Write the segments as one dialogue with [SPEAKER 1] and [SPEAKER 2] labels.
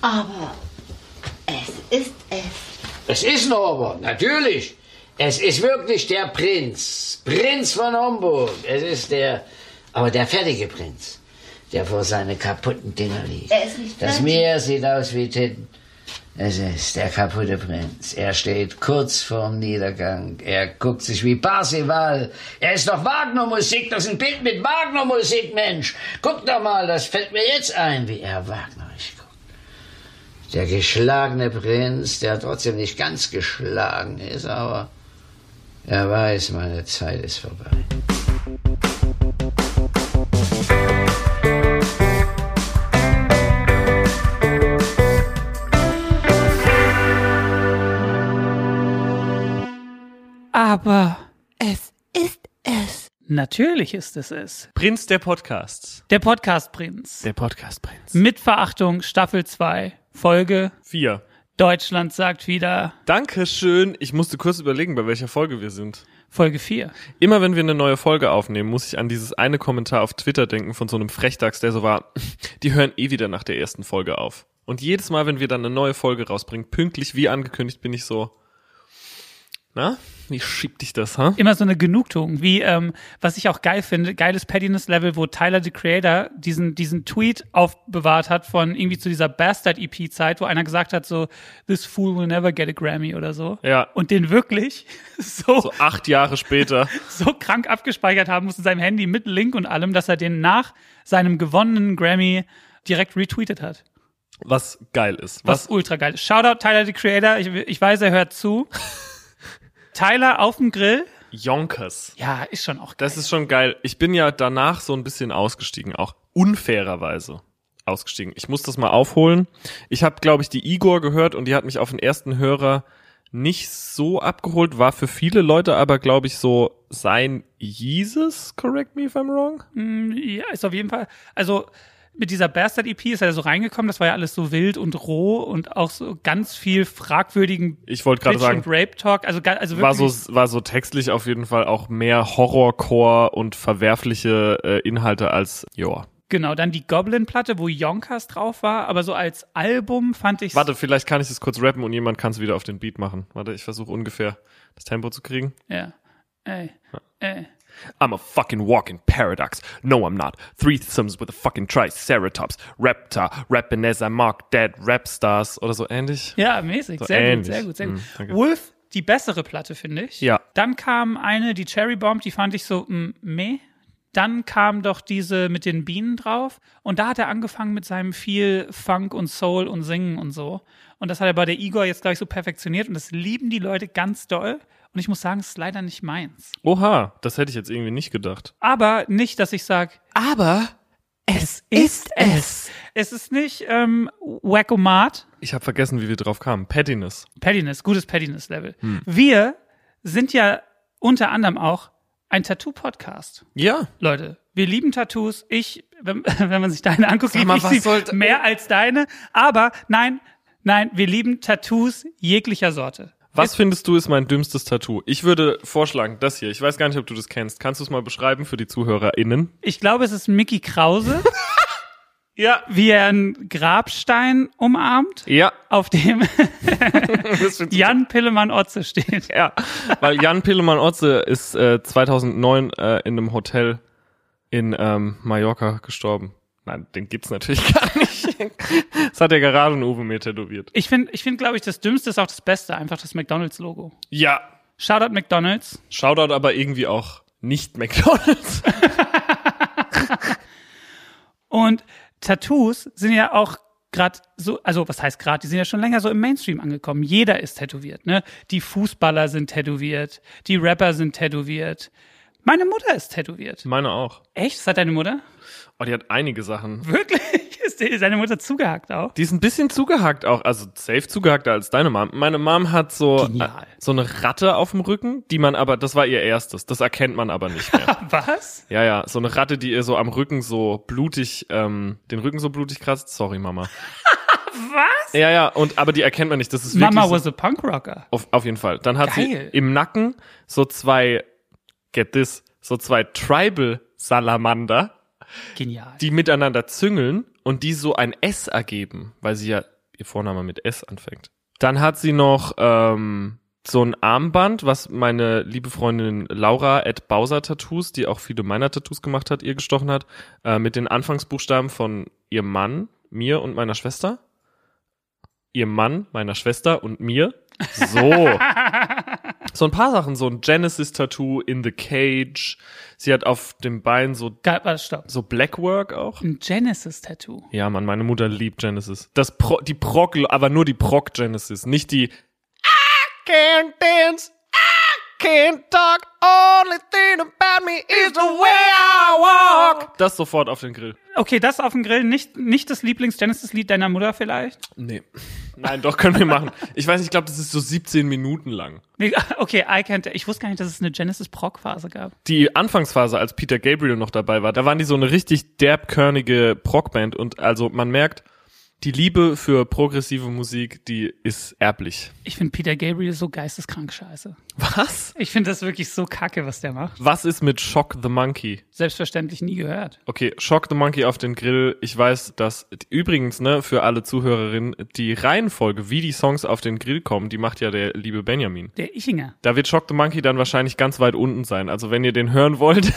[SPEAKER 1] Aber es ist es.
[SPEAKER 2] Es ist ein Ober, natürlich. Es ist wirklich der Prinz. Prinz von Homburg. Es ist der, aber der fertige Prinz, der vor seine kaputten Dinger liegt.
[SPEAKER 1] Er ist nicht
[SPEAKER 2] das
[SPEAKER 1] fertig.
[SPEAKER 2] Meer sieht aus wie Titten. Es ist der kaputte Prinz. Er steht kurz vorm Niedergang. Er guckt sich wie Parsival. Er ist doch Wagner-Musik. Das ist ein Bild mit Wagner-Musik, Mensch. Guck doch mal, das fällt mir jetzt ein, wie er wagnerisch guckt. Der geschlagene Prinz, der trotzdem nicht ganz geschlagen ist, aber er weiß, meine Zeit ist vorbei.
[SPEAKER 3] Aber
[SPEAKER 1] Es ist es.
[SPEAKER 3] natürlich ist es es.
[SPEAKER 4] Prinz der Podcasts.
[SPEAKER 3] Der Podcast Prinz.
[SPEAKER 4] Der Podcast Prinz.
[SPEAKER 3] Mit Verachtung Staffel 2 Folge
[SPEAKER 4] Vier.
[SPEAKER 3] Deutschland sagt wieder
[SPEAKER 4] Dankeschön. Ich musste kurz überlegen, bei welcher Folge wir sind.
[SPEAKER 3] Folge 4.
[SPEAKER 4] Immer wenn wir eine neue Folge aufnehmen, muss ich an dieses eine Kommentar auf Twitter denken von so einem Frechdachs, der so war, die hören eh wieder nach der ersten Folge auf. Und jedes Mal, wenn wir dann eine neue Folge rausbringen, pünktlich wie angekündigt, bin ich so, na, wie schiebt dich das, ha?
[SPEAKER 3] Immer so eine Genugtuung, wie ähm, was ich auch geil finde, geiles Pettiness Level, wo Tyler the Creator diesen diesen Tweet aufbewahrt hat von irgendwie zu dieser Bastard EP Zeit, wo einer gesagt hat so this fool will never get a Grammy oder so.
[SPEAKER 4] Ja.
[SPEAKER 3] Und den wirklich so
[SPEAKER 4] So acht Jahre später.
[SPEAKER 3] so krank abgespeichert haben muss in seinem Handy mit Link und allem, dass er den nach seinem gewonnenen Grammy direkt retweetet hat.
[SPEAKER 4] Was geil ist.
[SPEAKER 3] Was,
[SPEAKER 4] Was,
[SPEAKER 3] ultra geil ist. Shoutout Tyler the Creator. Ich, ich weiß, er hört zu. Tyler auf dem Grill.
[SPEAKER 4] Jonkers.
[SPEAKER 3] Ja, ist schon auch geil.
[SPEAKER 4] Das ist schon geil. Ich bin ja danach so ein bisschen ausgestiegen, auch unfairerweise ausgestiegen. Ich muss das mal aufholen. Ich habe, glaube ich, die Igor gehört und die hat mich auf den ersten Hörer nicht so abgeholt, war für viele Leute aber, glaube ich, so sein Jesus, correct me if I'm wrong.
[SPEAKER 3] Mm, ja, ist auf jeden Fall. Also mit dieser Bastard EP ist er so reingekommen. Das war ja alles so wild und roh und auch so ganz viel fragwürdigen
[SPEAKER 4] Ich wollte gerade
[SPEAKER 3] Bitch
[SPEAKER 4] sagen,
[SPEAKER 3] und Rape Talk. Also, ga- also
[SPEAKER 4] war
[SPEAKER 3] wirklich.
[SPEAKER 4] so, war so textlich auf jeden Fall auch mehr Horrorcore und verwerfliche äh, Inhalte als, joa.
[SPEAKER 3] genau. Dann die Goblin-Platte, wo Yonkers drauf war. Aber so als Album fand ich
[SPEAKER 4] Warte, vielleicht kann ich das kurz rappen und jemand kann es wieder auf den Beat machen. Warte, ich versuche ungefähr das Tempo zu kriegen.
[SPEAKER 3] Ja. Ey. Ey.
[SPEAKER 4] I'm a fucking walking paradox. No, I'm not. Threesomes with a fucking triceratops. Raptor, rapping as I mock dead rap stars. Oder so ähnlich.
[SPEAKER 3] Ja, mäßig.
[SPEAKER 4] So
[SPEAKER 3] sehr
[SPEAKER 4] ähnlich.
[SPEAKER 3] gut, sehr gut, sehr gut.
[SPEAKER 4] Mm, danke.
[SPEAKER 3] Wolf, die bessere Platte, finde ich.
[SPEAKER 4] Ja.
[SPEAKER 3] Dann kam eine, die Cherry Bomb, die fand ich so, mm, meh. Dann kam doch diese mit den Bienen drauf. Und da hat er angefangen mit seinem viel Funk und Soul und Singen und so. Und das hat er bei der Igor jetzt gleich so perfektioniert. Und das lieben die Leute ganz doll. Und ich muss sagen, es ist leider nicht meins.
[SPEAKER 4] Oha, das hätte ich jetzt irgendwie nicht gedacht.
[SPEAKER 3] Aber nicht, dass ich sage,
[SPEAKER 4] Aber
[SPEAKER 3] es ist es. Es ist nicht ähm, Wackomat.
[SPEAKER 4] ich habe vergessen, wie wir drauf kamen. Pettiness.
[SPEAKER 3] Pettiness, gutes Pettiness-Level.
[SPEAKER 4] Hm.
[SPEAKER 3] Wir sind ja unter anderem auch ein Tattoo-Podcast.
[SPEAKER 4] Ja.
[SPEAKER 3] Leute, wir lieben Tattoos. Ich, wenn, wenn man sich deine anguckt,
[SPEAKER 4] Sag
[SPEAKER 3] liebe
[SPEAKER 4] mal,
[SPEAKER 3] ich
[SPEAKER 4] was
[SPEAKER 3] sie
[SPEAKER 4] sollte-
[SPEAKER 3] mehr als deine. Aber nein, nein, wir lieben Tattoos jeglicher Sorte.
[SPEAKER 4] Was findest du ist mein dümmstes Tattoo? Ich würde vorschlagen, das hier. Ich weiß gar nicht, ob du das kennst. Kannst du es mal beschreiben für die ZuhörerInnen?
[SPEAKER 3] Ich glaube, es ist Mickey Krause,
[SPEAKER 4] Ja.
[SPEAKER 3] wie er einen Grabstein umarmt,
[SPEAKER 4] Ja.
[SPEAKER 3] auf dem
[SPEAKER 4] Das findest du
[SPEAKER 3] Jan Pillemann Otze steht.
[SPEAKER 4] Ja, weil Jan Pillemann Otze ist äh, 2009 äh, in einem Hotel in ähm, Mallorca gestorben. Nein, den gibt's natürlich gar nicht. Das hat der Garagen-Uwe mir tätowiert.
[SPEAKER 3] Ich finde, ich finde, glaube ich, das Dümmste ist auch das Beste, einfach das McDonalds-Logo.
[SPEAKER 4] Ja,
[SPEAKER 3] Shoutout McDonalds.
[SPEAKER 4] Shoutout aber irgendwie auch nicht McDonalds.
[SPEAKER 3] Und Tattoos sind ja auch gerade so, also was heißt gerade, die sind ja schon länger so im Mainstream angekommen. Jeder ist tätowiert, ne? Die Fußballer sind tätowiert, die Rapper sind tätowiert. Meine Mutter ist tätowiert.
[SPEAKER 4] Meine auch.
[SPEAKER 3] Echt? Das hat deine Mutter?
[SPEAKER 4] Oh, die hat einige Sachen.
[SPEAKER 3] Wirklich? Ist die- ist deine Mutter zugehackt auch?
[SPEAKER 4] Die ist ein bisschen zugehackt auch, also safe zugehackter als deine Mom. Meine Mom hat so, äh,
[SPEAKER 3] Genial.
[SPEAKER 4] so eine Ratte auf dem Rücken, die man aber, das war ihr erstes, das erkennt man aber nicht mehr.
[SPEAKER 3] Was?
[SPEAKER 4] Ja, ja, so eine Ratte, die ihr so am Rücken so blutig, ähm, den Rücken so blutig kratzt. Sorry, Mama.
[SPEAKER 3] Was?
[SPEAKER 4] Ja, ja, und aber die erkennt man nicht. Das ist wirklich
[SPEAKER 3] Mama
[SPEAKER 4] so,
[SPEAKER 3] was a punk rocker.
[SPEAKER 4] auf, auf jeden Fall. Dann hat
[SPEAKER 3] Geil.
[SPEAKER 4] sie im Nacken so zwei, get this, so zwei Tribal-Salamander,
[SPEAKER 3] Genial.
[SPEAKER 4] die miteinander züngeln und die so ein S ergeben, weil sie ja ihr Vorname mit S anfängt. Dann hat sie noch ähm, so ein Armband, was meine liebe Freundin Laura at Bowser Tattoos, die auch viele meiner Tattoos gemacht hat, ihr gestochen hat, äh, mit den Anfangsbuchstaben von ihrem Mann, mir und meiner Schwester. Ihrem Mann, meiner Schwester und mir. So. so ein paar Sachen, so ein Genesis-Tattoo in the Cage. Sie hat auf dem Bein so,
[SPEAKER 3] Geil, warte, stopp.
[SPEAKER 4] so Blackwork auch.
[SPEAKER 3] Ein Genesis-Tattoo.
[SPEAKER 4] Ja, Mann, meine Mutter liebt Genesis. Das Pro, die Prog, aber nur die Prog Genesis, nicht die I can't dance, I can't talk, only thing about me is the way I walk. Das sofort auf den Grill.
[SPEAKER 3] Okay, das auf dem Grill, nicht, nicht das Lieblings-Genesis-Lied deiner Mutter vielleicht?
[SPEAKER 4] Nee. Nein, doch, können wir machen. Ich weiß, nicht, ich glaube, das ist so 17 Minuten lang.
[SPEAKER 3] Nee, okay, I can't. Ich wusste gar nicht, dass es eine Genesis-Prog-Phase gab.
[SPEAKER 4] die Anfangsphase, als Peter Gabriel noch dabei war, da waren die so eine richtig derbkörnige Prog-Band und also man merkt, die Liebe für progressive Musik, die ist erblich.
[SPEAKER 3] Ich finde Peter Gabriel so geisteskrank scheiße.
[SPEAKER 4] Was?
[SPEAKER 3] Ich finde das wirklich so kacke, was der macht.
[SPEAKER 4] Was ist mit Shock the Monkey?
[SPEAKER 3] Selbstverständlich nie gehört.
[SPEAKER 4] Okay, Shock the Monkey auf den Grill. Ich weiß, dass übrigens, ne, für alle Zuhörerinnen, die Reihenfolge, wie die Songs auf den Grill kommen, die macht ja der liebe Benjamin.
[SPEAKER 3] Der Ichinger.
[SPEAKER 4] Da wird Shock the Monkey dann wahrscheinlich ganz weit unten sein. Also wenn ihr den hören wollt,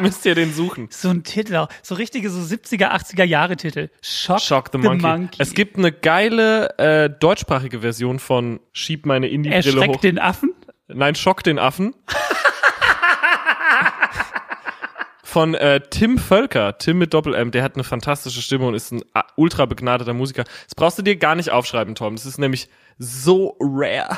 [SPEAKER 4] müsst ihr den suchen.
[SPEAKER 3] So ein Titel, auch. so richtige so 70er, 80er Jahre Titel. Shock,
[SPEAKER 4] Shock the, Monkey. Es
[SPEAKER 3] Es gibt
[SPEAKER 4] gibt eine geile äh, deutschsprachige Version von Schieb meine Indie-Brille hoch.
[SPEAKER 3] Erschreckt den Affen.
[SPEAKER 4] Nein, Schock den Affen. von äh, Tim Völker. Tim mit Doppel-M. Der hat eine fantastische Stimme und ist ein äh, ultra begnadeter Musiker. Das brauchst du dir gar nicht aufschreiben, Tom. Das ist nämlich so rare.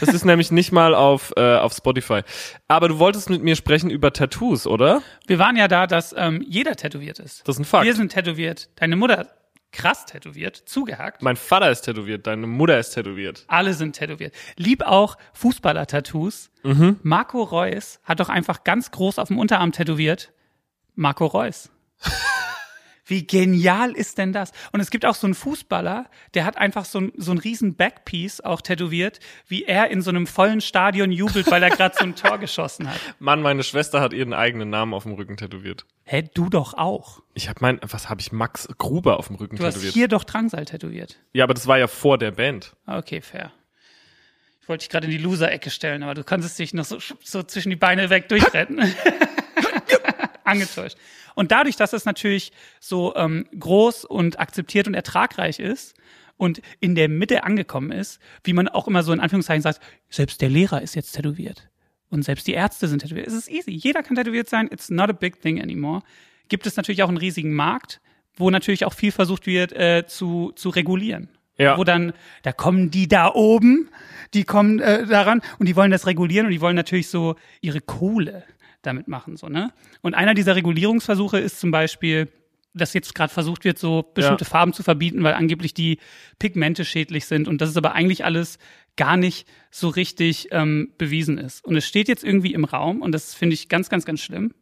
[SPEAKER 4] Das ist nämlich nicht mal auf, äh, auf Spotify. Aber du wolltest mit mir sprechen über Tattoos, oder?
[SPEAKER 3] Wir waren ja da, dass ähm, jeder tätowiert ist.
[SPEAKER 4] Das ist ein Fakt.
[SPEAKER 3] Wir sind tätowiert. Deine Mutter krass tätowiert, zugehackt.
[SPEAKER 4] mein Vater ist tätowiert, deine Mutter ist tätowiert.
[SPEAKER 3] Alle sind tätowiert. Lieb auch Fußballer-Tattoos. Marco Reus hat doch einfach ganz groß auf dem Unterarm tätowiert. Marco Reus. Wie genial ist denn das? Und es gibt auch so einen Fußballer, der hat einfach so ein, so ein riesen Backpiece auch tätowiert, wie er in so einem vollen Stadion jubelt, weil er gerade so ein Tor geschossen hat.
[SPEAKER 4] Mann, meine Schwester hat ihren eigenen Namen auf dem Rücken tätowiert.
[SPEAKER 3] Hä, du doch auch.
[SPEAKER 4] Ich habe mein, was habe ich Max Gruber auf dem Rücken
[SPEAKER 3] Du hast
[SPEAKER 4] tätowiert?
[SPEAKER 3] hier doch Drangsal tätowiert.
[SPEAKER 4] Ja, aber das war ja vor der Band.
[SPEAKER 3] Ah, Okay, fair. Ich wollte dich gerade in die Loser-Ecke stellen, aber du kannst es dich noch so, schub- so zwischen die Beine weg durchretten. Angetäuscht. Und dadurch, dass es natürlich so ähm, groß und akzeptiert und ertragreich ist und in der Mitte angekommen ist, wie man auch immer so in Anführungszeichen sagt, selbst der Lehrer ist jetzt tätowiert. Und selbst die Ärzte sind tätowiert. Es ist easy. Jeder kann tätowiert sein. It's not a big thing anymore. Gibt es natürlich auch einen riesigen Markt, wo natürlich auch viel versucht wird äh, zu, zu regulieren.
[SPEAKER 4] Ja.
[SPEAKER 3] Wo dann, da kommen die da oben, die kommen äh, daran und die wollen das regulieren und die wollen natürlich so ihre Kohle damit machen. So, ne? Und einer dieser Regulierungsversuche ist zum Beispiel, dass jetzt gerade versucht wird, so bestimmte
[SPEAKER 4] Ja.
[SPEAKER 3] Farben zu verbieten, weil angeblich die Pigmente schädlich sind und das ist aber eigentlich alles gar nicht so richtig ähm, bewiesen ist. Und es steht jetzt irgendwie im Raum und das finde ich ganz, ganz, ganz schlimm.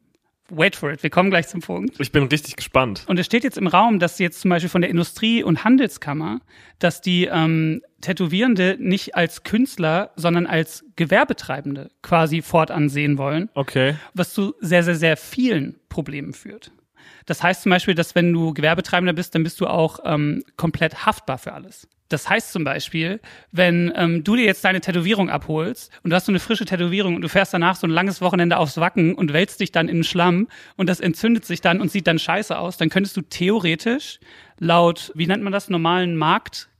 [SPEAKER 3] Wait for it, wir kommen gleich zum Punkt.
[SPEAKER 4] Ich bin richtig gespannt.
[SPEAKER 3] Und es steht jetzt im Raum, dass jetzt zum Beispiel von der Industrie- und Handelskammer, dass die ähm, Tätowierende nicht als Künstler, sondern als Gewerbetreibende quasi fortan sehen wollen,
[SPEAKER 4] Okay.
[SPEAKER 3] was zu sehr, sehr, sehr vielen Problemen führt. Das heißt zum Beispiel, dass wenn du Gewerbetreibender bist, dann bist du auch ähm, komplett haftbar für alles. Das heißt zum Beispiel, wenn ähm, du dir jetzt deine Tätowierung abholst und du hast so eine frische Tätowierung und du fährst danach so ein langes Wochenende aufs Wacken und wälzt dich dann in den Schlamm und das entzündet sich dann und sieht dann scheiße aus, dann könntest du theoretisch laut, wie nennt man das, normalen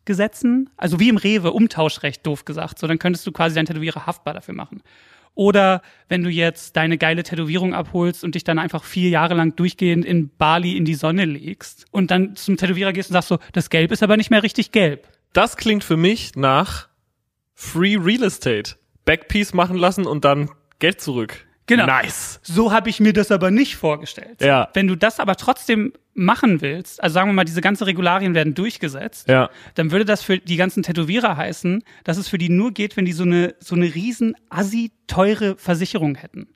[SPEAKER 3] Marktgesetzen, also wie im Rewe, Umtauschrecht doof gesagt, so dann könntest du quasi deinen Tätowierer haftbar dafür machen. Oder wenn du jetzt deine geile Tätowierung abholst und dich dann einfach vier Jahre lang durchgehend in Bali in die Sonne legst und dann zum Tätowierer gehst und sagst so, das Gelb ist aber nicht mehr richtig gelb.
[SPEAKER 4] Das klingt für mich nach Free Real Estate. Backpiece machen lassen und dann Geld zurück.
[SPEAKER 3] Genau.
[SPEAKER 4] Nice.
[SPEAKER 3] So habe ich mir das aber nicht vorgestellt.
[SPEAKER 4] Ja.
[SPEAKER 3] Wenn du das aber trotzdem machen willst, also sagen wir mal, diese ganzen Regularien werden durchgesetzt,
[SPEAKER 4] Ja.
[SPEAKER 3] dann würde das für die ganzen Tätowierer heißen, dass es für die nur geht, wenn die so eine, so eine riesen assi teure Versicherung hätten.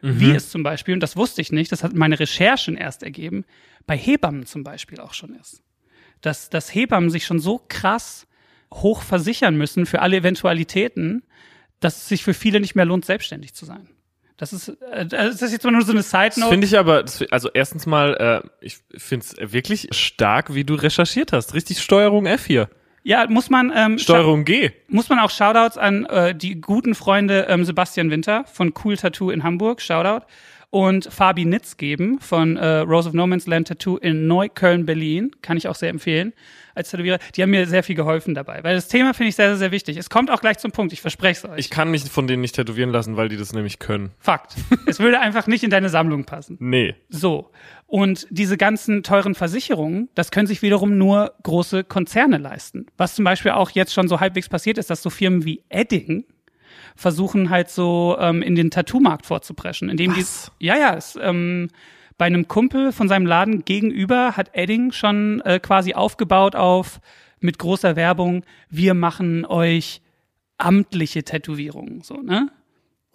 [SPEAKER 4] Mhm.
[SPEAKER 3] Wie es zum Beispiel, und das wusste ich nicht, das hat meine Recherchen erst ergeben, bei Hebammen zum Beispiel auch schon ist. Dass, dass Hebammen sich schon so krass hoch versichern müssen für alle Eventualitäten, dass es sich für viele nicht mehr lohnt, selbstständig zu sein. Das ist, äh, das ist jetzt mal nur so eine
[SPEAKER 4] Das
[SPEAKER 3] Side-Note.
[SPEAKER 4] finde ich aber, das, fi- also erstens mal, äh, ich finde es wirklich stark, wie du recherchiert hast. Richtig Steuerung F hier.
[SPEAKER 3] Ja, muss man, ähm,
[SPEAKER 4] Steuerung G.
[SPEAKER 3] muss man auch Shoutouts an äh, die guten Freunde ähm, Sebastian Winter von Cool Tattoo in Hamburg, Shoutout, und Fabi Nitz geben von äh, Rose of No Man's Land Tattoo in Neukölln, Berlin, kann ich auch sehr empfehlen als Tätowierer. Die haben mir sehr viel geholfen dabei, weil das Thema finde ich sehr, sehr, sehr wichtig. Es kommt auch gleich zum Punkt, ich verspreche es euch.
[SPEAKER 4] Ich kann mich von denen nicht tätowieren lassen, weil die das nämlich können.
[SPEAKER 3] Fakt. es würde einfach nicht in deine Sammlung passen.
[SPEAKER 4] Nee.
[SPEAKER 3] So. Und diese ganzen teuren Versicherungen, das können sich wiederum nur große Konzerne leisten. Was zum Beispiel auch jetzt schon so halbwegs passiert ist, dass so Firmen wie Edding versuchen halt so ähm, in den Tattoo-Markt vorzupreschen, indem
[SPEAKER 4] Was?
[SPEAKER 3] die ja ja es, ähm, bei einem Kumpel von seinem Laden gegenüber hat Edding schon äh, quasi aufgebaut auf mit großer Werbung, wir machen euch amtliche Tätowierungen, so ne?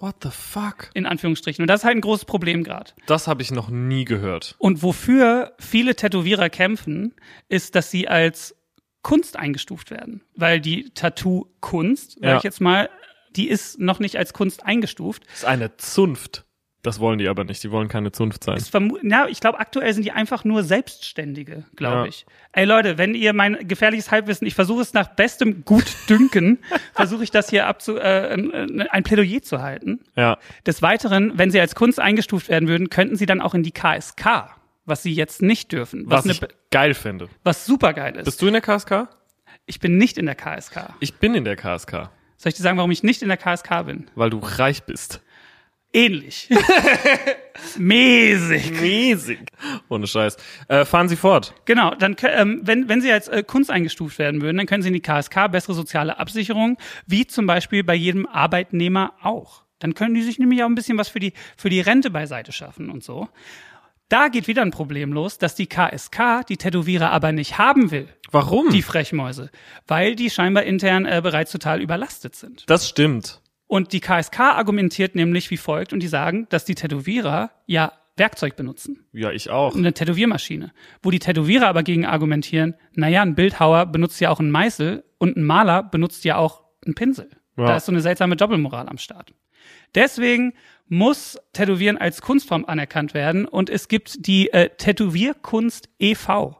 [SPEAKER 4] What the fuck?
[SPEAKER 3] In Anführungsstrichen. Und das ist halt ein großes Problem gerade.
[SPEAKER 4] Das habe ich noch nie gehört.
[SPEAKER 3] Und wofür viele Tätowierer kämpfen, ist, dass sie als Kunst eingestuft werden. Weil die Tattoo-Kunst, sag
[SPEAKER 4] Ja.
[SPEAKER 3] ich jetzt mal, die ist noch nicht als Kunst eingestuft.
[SPEAKER 4] Das ist eine Zunft. Das wollen die aber nicht. Die wollen keine Zunft sein.
[SPEAKER 3] Ist vermu- Na, ich glaube, aktuell sind die einfach nur Selbstständige, glaube
[SPEAKER 4] Ja.
[SPEAKER 3] ich. Ey Leute, wenn ihr mein gefährliches Halbwissen, ich versuche es nach bestem Gutdünken, versuche ich das hier abzu äh, ein- ein Plädoyer zu halten.
[SPEAKER 4] Ja.
[SPEAKER 3] Des Weiteren, wenn sie als Kunst eingestuft werden würden, könnten sie dann auch in die KSK, was sie jetzt nicht dürfen, was,
[SPEAKER 4] Was,
[SPEAKER 3] was,
[SPEAKER 4] ich geil fände.
[SPEAKER 3] was super geil ist.
[SPEAKER 4] Bist du in der KSK?
[SPEAKER 3] Ich bin nicht in der KSK.
[SPEAKER 4] Ich bin in der KSK,
[SPEAKER 3] Soll ich dir sagen, warum ich nicht in der KSK bin?
[SPEAKER 4] weil du reich bist.
[SPEAKER 3] Ähnlich. Mäßig.
[SPEAKER 4] Riesig. Ohne Scheiß. Äh, fahren Sie fort.
[SPEAKER 3] Genau, dann kö- ähm, wenn, wenn sie als äh, Kunst eingestuft werden würden, dann können sie in die KSK bessere soziale Absicherung, wie zum Beispiel bei jedem Arbeitnehmer auch. Dann können die sich nämlich auch ein bisschen was für die, für die Rente beiseite schaffen und so. Da geht wieder ein Problem los, dass die KSK die Tätowierer aber nicht haben will,
[SPEAKER 4] Warum?
[SPEAKER 3] die Frechmäuse, weil die scheinbar intern äh, bereits total überlastet sind.
[SPEAKER 4] das stimmt.
[SPEAKER 3] Und die KSK argumentiert nämlich wie folgt und die sagen, dass die Tätowierer ja Werkzeug benutzen,
[SPEAKER 4] Ja, ich auch.
[SPEAKER 3] eine Tätowiermaschine. Wo die Tätowierer aber gegen argumentieren, naja, ein Bildhauer benutzt ja auch einen Meißel und ein Maler benutzt ja auch einen Pinsel.
[SPEAKER 4] Ja.
[SPEAKER 3] Da ist so eine seltsame Doppelmoral am Start. Deswegen muss Tätowieren als Kunstform anerkannt werden und es gibt die äh, Tätowierkunst e.V.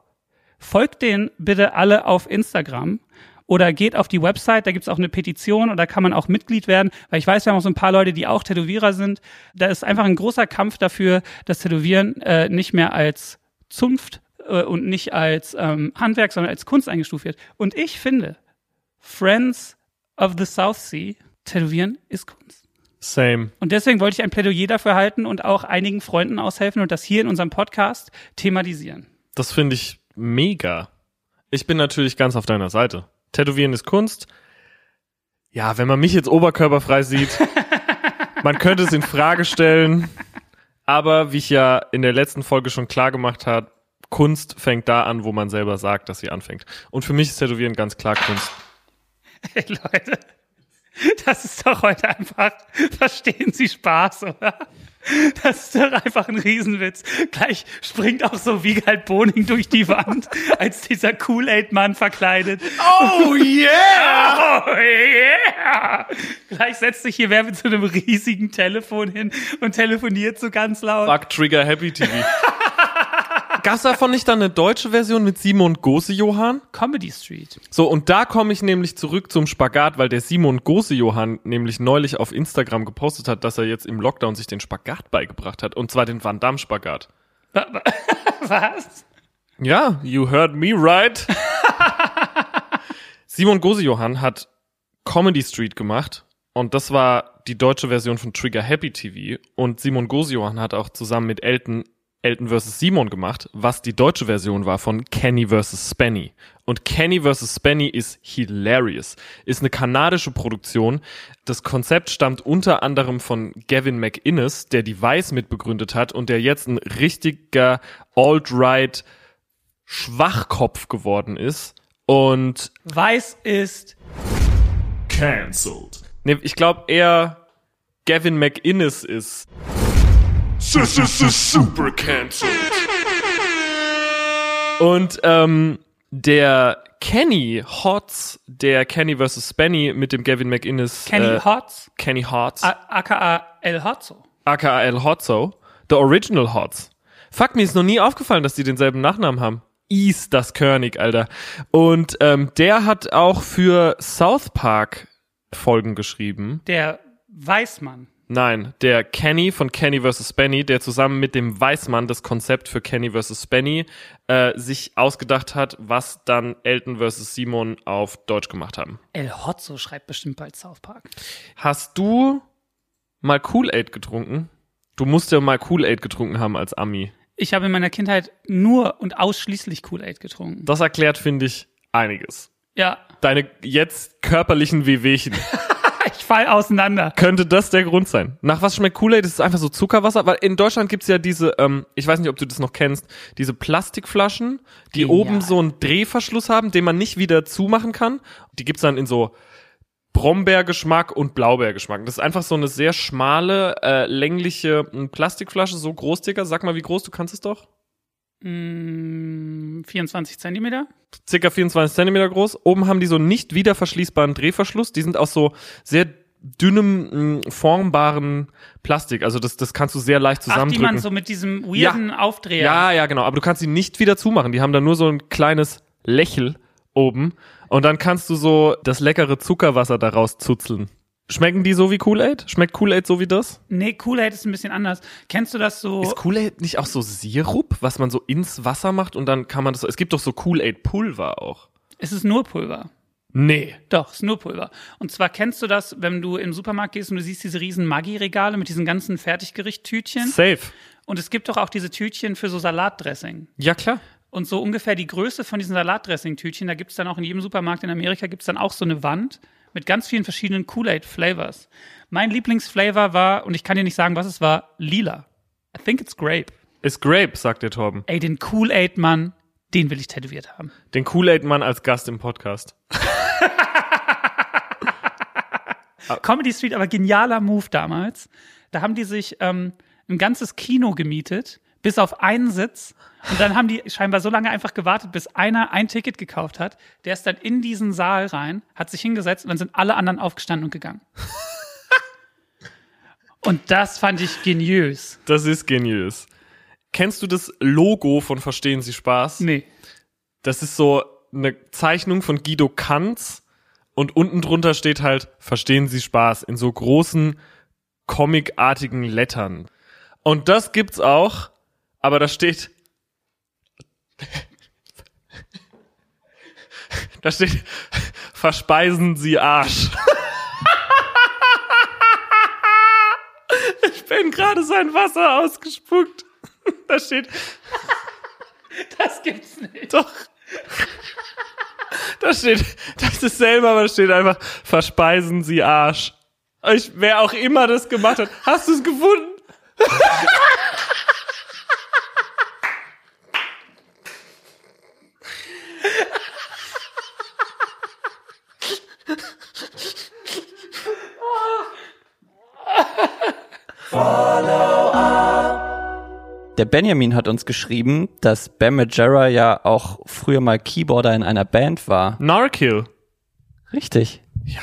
[SPEAKER 3] Folgt denen bitte alle auf Instagram oder geht auf die Website, da gibt's auch eine Petition und da kann man auch Mitglied werden, weil ich weiß, wir haben auch so ein paar Leute, die auch Tätowierer sind. Da ist einfach ein großer Kampf dafür, dass Tätowieren äh, nicht mehr als Zunft äh, und nicht als ähm, Handwerk, sondern als Kunst eingestuft wird. Und ich finde, Friends of the South Sea, Tätowieren ist Kunst.
[SPEAKER 4] Same.
[SPEAKER 3] Und deswegen wollte ich ein Plädoyer dafür halten und auch einigen Freunden aushelfen und das hier in unserem Podcast thematisieren.
[SPEAKER 4] Das finde ich mega. Ich bin natürlich ganz auf deiner Seite. Tätowieren ist Kunst. Ja, wenn man mich jetzt oberkörperfrei sieht, man könnte es in Frage stellen. Aber wie ich ja in der letzten Folge schon klar gemacht habe, Kunst fängt da an, wo man selber sagt, dass sie anfängt. Und für mich ist Tätowieren ganz klar Kunst.
[SPEAKER 3] Hey Leute, das ist doch heute einfach, verstehen Sie Spaß, oder? Das ist doch einfach ein Riesenwitz. Gleich springt auch so Wiegald Boning durch die Wand, als dieser Kool-Aid-Mann verkleidet.
[SPEAKER 4] Oh yeah!
[SPEAKER 3] Oh yeah! Gleich setzt sich hier wer mit so einem riesigen Telefon hin und telefoniert so ganz laut.
[SPEAKER 4] Fuck Trigger Happy TV. Gab's davon nicht dann eine deutsche Version mit Simon Gose Johann?
[SPEAKER 3] Comedy Street.
[SPEAKER 4] So, und da komme ich nämlich zurück zum Spagat, weil der Simon Gose Johann nämlich neulich auf Instagram gepostet hat, dass er jetzt im Lockdown sich den Spagat beigebracht hat. Und zwar den Van Damme Spagat.
[SPEAKER 3] Wa- wa- Was?
[SPEAKER 4] Ja, you heard me right. Simon Gose Johann hat Comedy Street gemacht. Und das war die deutsche Version von Trigger Happy TV. Und Simon Gose Johann hat auch zusammen mit Elton Elton vs. Simon gemacht, was die deutsche Version war von Kenny vs. Spenny. Und Kenny vs. Spenny ist hilarious. Ist eine kanadische Produktion. Das Konzept stammt unter anderem von Gavin McInnes, der die Vice mitbegründet hat und der jetzt ein richtiger Alt-Right Schwachkopf geworden ist. Und
[SPEAKER 3] Weiß ist
[SPEAKER 5] Cancelled.
[SPEAKER 4] nee, ich glaube eher Gavin McInnes ist.
[SPEAKER 5] Super cancelled.
[SPEAKER 4] Und ähm, der Kenny Hotz, der Kenny vs. Spenny mit dem Gavin McInnes.
[SPEAKER 3] Kenny
[SPEAKER 4] äh,
[SPEAKER 3] Hotz, Ah.
[SPEAKER 4] Kenny Hotz,
[SPEAKER 3] a- aka El Hotzo.
[SPEAKER 4] aka El Hotzo, der Original Hotz. Fuck, mir ist noch nie aufgefallen, dass die denselben Nachnamen haben. ist das König, Alter. Und ähm, der hat auch für South Park Folgen geschrieben.
[SPEAKER 3] Der Weißmann.
[SPEAKER 4] Nein, der Kenny von Kenny vs. Benny, der zusammen mit dem Weißmann das Konzept für Kenny vs. Benny äh, sich ausgedacht hat, was dann Elton vs. Simon auf Deutsch gemacht haben.
[SPEAKER 3] El Hotzo schreibt bestimmt bald South Park.
[SPEAKER 4] Hast du mal Kool-Aid getrunken? Du musst ja mal Kool-Aid getrunken haben als Ami.
[SPEAKER 3] Ich habe in meiner Kindheit nur und ausschließlich Kool-Aid getrunken.
[SPEAKER 4] Das erklärt, finde ich, einiges.
[SPEAKER 3] Ja,
[SPEAKER 4] Deine jetzt körperlichen Wehwehchen.
[SPEAKER 3] ich fall auseinander.
[SPEAKER 4] Könnte das der Grund sein? Nach was schmeckt Kool-Aid? Das ist einfach so Zuckerwasser. Weil in Deutschland gibt's ja diese, ähm, ich weiß nicht, ob du das noch kennst, diese Plastikflaschen, die
[SPEAKER 3] Genial.
[SPEAKER 4] oben so einen Drehverschluss haben, den man nicht wieder zumachen kann. Die gibt's dann in so Brombeergeschmack und Blaubeergeschmack. Das ist einfach so eine sehr schmale, äh, längliche m, Plastikflasche, so groß, Digga. Sag mal, wie groß, du kannst es doch?
[SPEAKER 3] Mm, 24 Zentimeter.
[SPEAKER 4] circa 24 Zentimeter groß. Oben haben die so einen nicht wieder verschließbaren Drehverschluss. Die sind aus so sehr dünnem, mh, formbaren Plastik. Also das, das kannst du sehr leicht
[SPEAKER 3] Ach, die
[SPEAKER 4] zusammendrücken.
[SPEAKER 3] man so mit diesem weirden Aufdreher.
[SPEAKER 4] ja, ja, genau. Aber du kannst sie nicht wieder zumachen. Die haben da nur so ein kleines Lächel oben. Und dann kannst du so das leckere Zuckerwasser daraus zuzeln. Schmecken die so wie Kool-Aid? Schmeckt Kool-Aid so wie das?
[SPEAKER 3] Nee, Kool-Aid ist ein bisschen anders. Kennst du das so?
[SPEAKER 4] Ist Kool-Aid nicht auch so Sirup, was man so ins Wasser macht und dann kann man das... Es gibt doch so Kool-Aid-Pulver auch.
[SPEAKER 3] es ist nur Pulver.
[SPEAKER 4] Nee.
[SPEAKER 3] Doch, ist nur Pulver. Und zwar kennst du das, wenn du im Supermarkt gehst und du siehst diese riesen Maggi-Regale mit diesen ganzen Fertiggericht-Tütchen.
[SPEAKER 4] Safe.
[SPEAKER 3] Und es gibt doch auch diese Tütchen für so Salatdressing.
[SPEAKER 4] Ja, klar.
[SPEAKER 3] Und so ungefähr die Größe von diesen Salatdressing-Tütchen, da gibt's dann auch in jedem Supermarkt in Amerika, gibt's dann auch so eine Wand mit ganz vielen verschiedenen Kool-Aid-Flavors. Mein Lieblingsflavor war, und ich kann dir nicht sagen, was es war, lila. I think it's grape.
[SPEAKER 4] Ist Grape, sagt der Torben.
[SPEAKER 3] Ey, den Kool-Aid-Mann, den will ich tätowiert haben.
[SPEAKER 4] Den Kool-Aid-Mann als Gast im Podcast.
[SPEAKER 3] Comedy Street, aber genialer Move damals. Da haben die sich ähm, ein ganzes Kino gemietet, bis auf einen Sitz. Und dann haben die scheinbar so lange einfach gewartet, bis einer ein Ticket gekauft hat. Der ist dann in diesen Saal rein, hat sich hingesetzt und dann sind alle anderen aufgestanden und gegangen. und das fand ich geniös.
[SPEAKER 4] Das ist genius. Kennst du das Logo von Verstehen Sie Spaß?
[SPEAKER 3] Nee.
[SPEAKER 4] Das ist so eine Zeichnung von Guido Kanz und unten drunter steht halt Verstehen Sie Spaß in so großen comicartigen Lettern. Und das gibt's auch, aber da steht Da steht Verspeisen Sie Arsch. Ich bin gerade sein Wasser ausgespuckt. Da steht
[SPEAKER 3] Das gibt's nicht.
[SPEAKER 4] doch. Da steht, das ist selber, aber da steht einfach, verspeisen Sie Arsch. Ich, wer auch immer das gemacht hat, hast du es gefunden?
[SPEAKER 5] Der Benjamin hat uns geschrieben, dass Bam Majera ja auch früher mal Keyboarder in einer Band war.
[SPEAKER 4] Narkill.
[SPEAKER 5] Richtig.
[SPEAKER 4] Ja.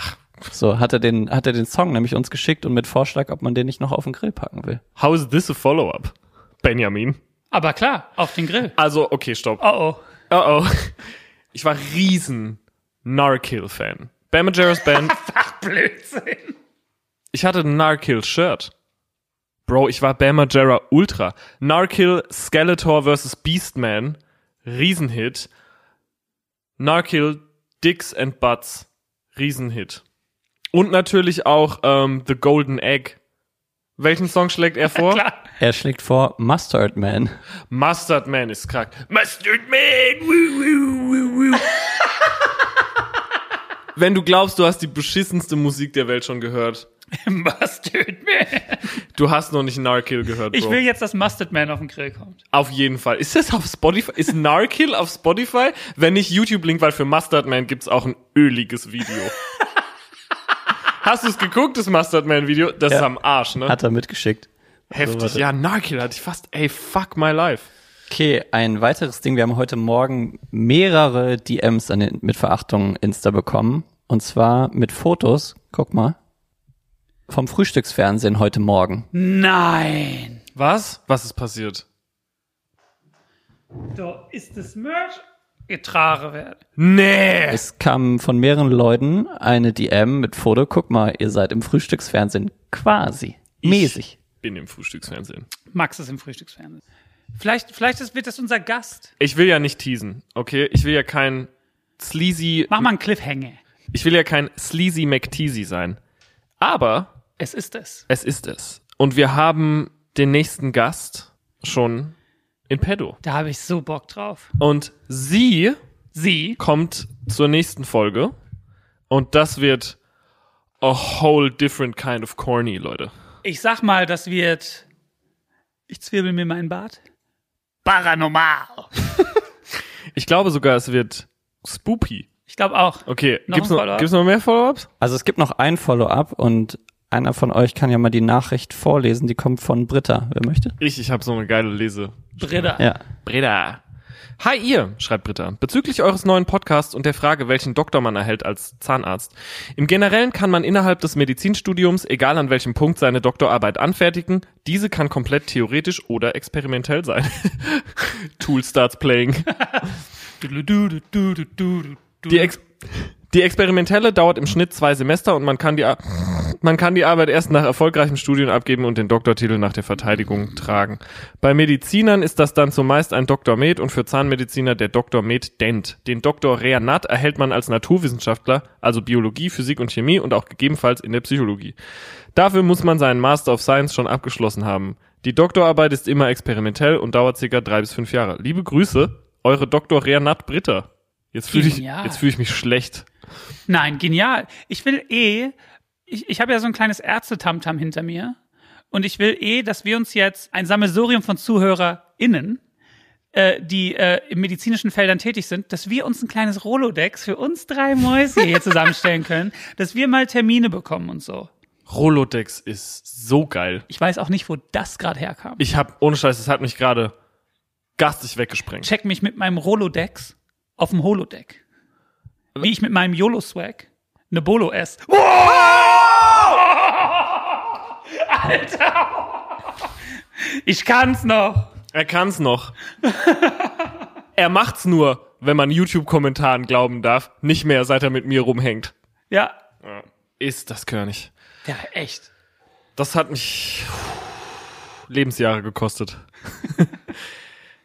[SPEAKER 5] So, hat er den, hat er den Song nämlich uns geschickt und mit Vorschlag, ob man den nicht noch auf den Grill packen will.
[SPEAKER 4] How is this a follow-up? Benjamin.
[SPEAKER 3] Aber klar, auf den Grill.
[SPEAKER 4] Also, okay, stopp.
[SPEAKER 3] Oh oh.
[SPEAKER 4] Oh oh. Ich war riesen Narkill-Fan. Bam Margera's Band.
[SPEAKER 3] Blödsinn.
[SPEAKER 4] Ich hatte ein Narkill-Shirt. Bro, ich war Bam Margera Ultra. Narkill Skeletor vs. Beastman. Riesenhit. Narkill Dicks and Butts. Riesenhit. Und natürlich auch ähm, The Golden Egg. Welchen Song schlägt er vor?
[SPEAKER 3] Klar.
[SPEAKER 5] Er schlägt vor Mustard Man.
[SPEAKER 4] Mustard Man ist krank. Mustard Man! Woo, woo, woo, woo. Wenn du glaubst, du hast die beschissenste Musik der Welt schon gehört,
[SPEAKER 3] Mustard Man.
[SPEAKER 4] du hast noch nicht Narkill gehört, Bro.
[SPEAKER 3] Ich will jetzt, dass Mustard Man auf den Grill kommt.
[SPEAKER 4] auf jeden Fall. Ist das auf Spotify? Ist Narkill auf Spotify? Wenn nicht YouTube-Link, weil für Mustard Man gibt's auch ein öliges Video. hast du es geguckt, das Mustard Man-Video? Das ist am Arsch, ne?
[SPEAKER 5] Hat er mitgeschickt.
[SPEAKER 4] Heftig.
[SPEAKER 5] warte.
[SPEAKER 4] Ja, Narkill hatte ich fast, ey, fuck my life.
[SPEAKER 5] Okay, ein weiteres Ding. Wir haben heute Morgen mehrere DMs an den, mit Verachtung Insta bekommen. Und zwar mit Fotos. Guck mal. Vom Frühstücksfernsehen heute Morgen.
[SPEAKER 3] Nein.
[SPEAKER 4] Was? Was ist passiert?
[SPEAKER 3] Da ist das Merch getragen werden.
[SPEAKER 4] Nee!
[SPEAKER 5] Es kam von mehreren Leuten eine DM mit Foto. Guck mal, ihr seid im Frühstücksfernsehen. Quasi. Mäßig.
[SPEAKER 4] Bin im Frühstücksfernsehen.
[SPEAKER 3] Max ist im Frühstücksfernsehen. Vielleicht, vielleicht ist, wird das unser Gast.
[SPEAKER 4] Ich will ja nicht teasen, okay? Ich will ja kein sleazy,
[SPEAKER 3] Mach mal einen Cliffhanger.
[SPEAKER 4] ich will ja kein sleazy McTeasy sein. Aber
[SPEAKER 3] Es ist es.
[SPEAKER 4] es ist es. Und wir haben den nächsten Gast schon in pedo.
[SPEAKER 3] Da habe ich so Bock drauf.
[SPEAKER 4] Und sie
[SPEAKER 3] Sie,
[SPEAKER 4] kommt zur nächsten Folge. Und das wird a whole different kind of corny, Leute.
[SPEAKER 3] ich sag mal, das wird. Ich zwirbel mir meinen Bart. Paranormal.
[SPEAKER 4] Ich glaube sogar, es wird spoopy.
[SPEAKER 3] Ich glaube auch.
[SPEAKER 4] Okay,
[SPEAKER 3] Noch
[SPEAKER 4] gibt's
[SPEAKER 3] ein
[SPEAKER 4] noch,
[SPEAKER 3] Follow-up?
[SPEAKER 4] gibt's noch mehr Follow-ups?
[SPEAKER 5] Also es gibt noch ein Follow-up und einer von euch kann ja mal die Nachricht vorlesen. Die kommt von Britta. Wer möchte?
[SPEAKER 4] Ich, ich habe so eine geile Lese.
[SPEAKER 3] Britta.
[SPEAKER 5] Ja.
[SPEAKER 4] Britta. Hi ihr, schreibt Britta, bezüglich eures neuen Podcasts und der Frage, welchen Doktor man erhält als Zahnarzt. Im Generellen kann man innerhalb des Medizinstudiums, egal an welchem Punkt, seine Doktorarbeit anfertigen. Diese kann komplett theoretisch oder experimentell sein. Tool starts playing. Die, Ex die experimentelle dauert im Schnitt zwei Semester und man kann die, Ar- man kann die Arbeit erst nach erfolgreichem Studium abgeben und den Doktortitel nach der Verteidigung tragen. Bei Medizinern ist das dann zumeist ein Doktor Med und für Zahnmediziner der Doktor Med Dent. Den Doktor Rea Nat erhält man als Naturwissenschaftler, also Biologie, Physik und Chemie und auch gegebenenfalls in der Psychologie. Dafür muss man seinen Master of Science schon abgeschlossen haben. Die Doktorarbeit ist immer experimentell und dauert circa drei bis fünf Jahre. Liebe Grüße, eure Doktor Rea Nat Britta. Jetzt fühle ich,
[SPEAKER 3] Genial.
[SPEAKER 4] jetzt fühle ich mich schlecht.
[SPEAKER 3] Nein, genial. Ich will eh, ich, ich habe ja so ein kleines Ärzte-Tamtam hinter mir und ich will eh, dass wir uns jetzt ein Sammelsurium von ZuhörerInnen, äh, die äh, in medizinischen Feldern tätig sind, dass wir uns ein kleines Rolodex für uns drei Mäuse hier zusammenstellen können, dass wir mal Termine bekommen und so.
[SPEAKER 4] Rolodex ist so geil.
[SPEAKER 3] Ich weiß auch nicht, wo das gerade herkam. Ich
[SPEAKER 4] Ich hab, ohne Scheiß, es hat mich gerade gastig weggesprengt.
[SPEAKER 3] check mich mit meinem Rolodex auf dem Holodeck. Wie ich mit meinem YOLO-Swag eine Bolo esse. Alter! Ich kann's noch.
[SPEAKER 4] Er kann's noch. er macht's nur, wenn man YouTube-Kommentaren glauben darf, nicht mehr, seit er mit mir rumhängt.
[SPEAKER 3] Ja.
[SPEAKER 4] Ist das König.
[SPEAKER 3] Ja, echt.
[SPEAKER 4] Das hat mich Lebensjahre gekostet.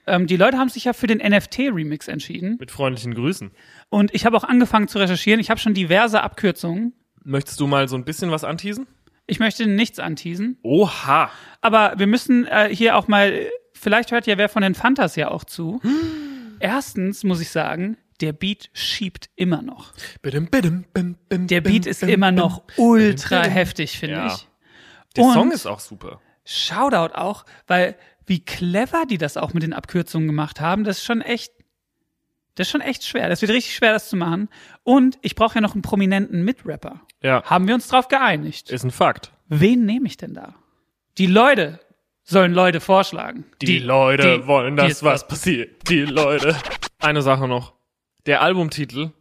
[SPEAKER 3] Ähm, die Leute haben sich ja für den NFT-Remix entschieden.
[SPEAKER 4] Mit freundlichen Grüßen.
[SPEAKER 3] Und ich habe auch angefangen zu recherchieren. Ich habe schon diverse Abkürzungen.
[SPEAKER 4] Möchtest du mal so ein bisschen was anteasen?
[SPEAKER 3] Ich möchte nichts anteasen.
[SPEAKER 4] Oha.
[SPEAKER 3] Aber wir müssen äh, hier auch mal, vielleicht hört ja wer von den Fantas ja auch zu. Erstens muss ich sagen, der Beat schiebt immer noch. Der Beat ist immer noch ultra heftig, finde
[SPEAKER 4] Ja.
[SPEAKER 3] ich.
[SPEAKER 4] Der
[SPEAKER 3] Und-
[SPEAKER 4] Song ist auch super.
[SPEAKER 3] Shoutout auch, weil wie clever die das auch mit den Abkürzungen gemacht haben, das ist schon echt, das ist schon echt schwer. Das wird richtig schwer, das zu machen. Und ich brauche ja noch einen prominenten Mitrapper.
[SPEAKER 4] Ja.
[SPEAKER 3] Haben wir uns drauf geeinigt?
[SPEAKER 4] Ist ein Fakt.
[SPEAKER 3] Wen nehme ich denn da? Die Leute sollen Leute vorschlagen.
[SPEAKER 4] Die, Leute
[SPEAKER 3] die-
[SPEAKER 4] wollen,
[SPEAKER 3] die
[SPEAKER 4] dass
[SPEAKER 3] es-
[SPEAKER 4] was passiert. Die Leute. Eine Sache noch. Der Albumtitel,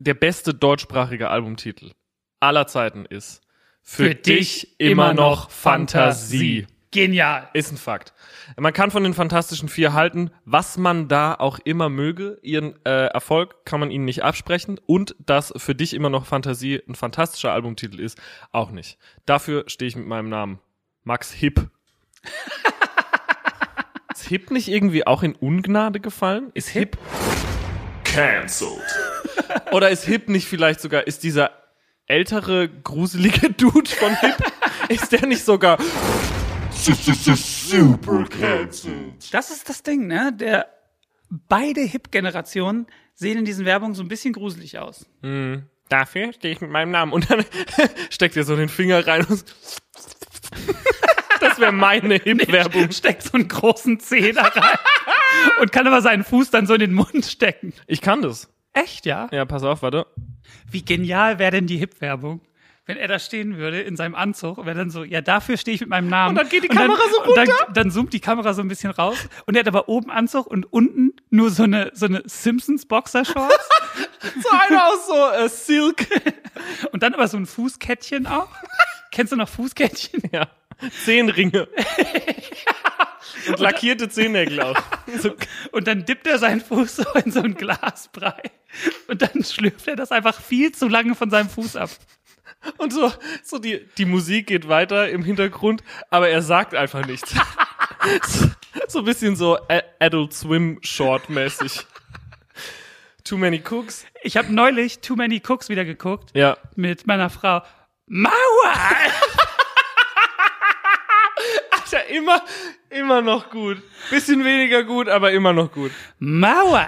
[SPEAKER 4] der beste deutschsprachige Albumtitel aller Zeiten ist Für, dich immer noch Fantasie.
[SPEAKER 3] Genial.
[SPEAKER 4] Ist ein Fakt. Man kann von den Fantastischen Vier halten, was man da auch immer möge. Ihren äh, Erfolg kann man ihnen nicht absprechen. Und dass für dich immer noch Fantasie ein fantastischer Albumtitel ist, auch nicht. Dafür stehe ich mit meinem Namen. Max Hip. ist Hip nicht irgendwie auch in Ungnade gefallen? Ist Hip
[SPEAKER 6] Cancelled.
[SPEAKER 4] Oder ist Hip nicht vielleicht sogar, ist dieser ältere, gruselige Dude von Hip, ist der nicht sogar
[SPEAKER 6] Super cancelled.
[SPEAKER 3] Das ist das Ding, ne? Der beide Hip-Generationen sehen in diesen Werbungen so ein bisschen gruselig aus.
[SPEAKER 4] dafür stehe ich mit meinem Namen. Und dann steckt er so den Finger rein und das wäre meine Hip-Werbung.
[SPEAKER 3] Steckt so einen großen Zeh da rein und kann aber seinen Fuß dann so in den Mund stecken.
[SPEAKER 4] Ich kann das.
[SPEAKER 3] Echt, ja?
[SPEAKER 4] Ja, pass auf, warte.
[SPEAKER 3] Wie genial wäre denn die Hip-Werbung? Wenn er da stehen würde in seinem Anzug, wäre dann so, ja, dafür stehe ich mit meinem Namen.
[SPEAKER 4] Und dann geht die
[SPEAKER 3] dann-
[SPEAKER 4] Kamera so
[SPEAKER 3] und dann,
[SPEAKER 4] runter.
[SPEAKER 3] dann zoomt die Kamera so ein bisschen raus und er hat aber oben Anzug und unten nur so eine, so eine Simpsons-Boxershorts
[SPEAKER 4] So einer aus so äh, Silk.
[SPEAKER 3] und dann aber so ein Fußkettchen auch. Kennst du noch Fußkettchen?
[SPEAKER 4] Ja. Zehn Ringe. Und lackierte Zehennägel auch. So,
[SPEAKER 3] Und dann dippt er seinen Fuß so in so ein Glasbrei. Und dann schlürft er das einfach viel zu lange von seinem Fuß ab.
[SPEAKER 4] und so, so die, die Musik geht weiter im Hintergrund, aber er sagt einfach nichts. So- so ein bisschen so A- Adult Swim Short mäßig. Too many cooks.
[SPEAKER 3] Ich habe neulich Too Many Cooks wieder geguckt
[SPEAKER 4] Ja.
[SPEAKER 3] mit meiner Frau. Mauer!
[SPEAKER 4] Ist ja immer, immer noch gut. Bisschen weniger gut, aber immer noch gut.
[SPEAKER 3] Mauer!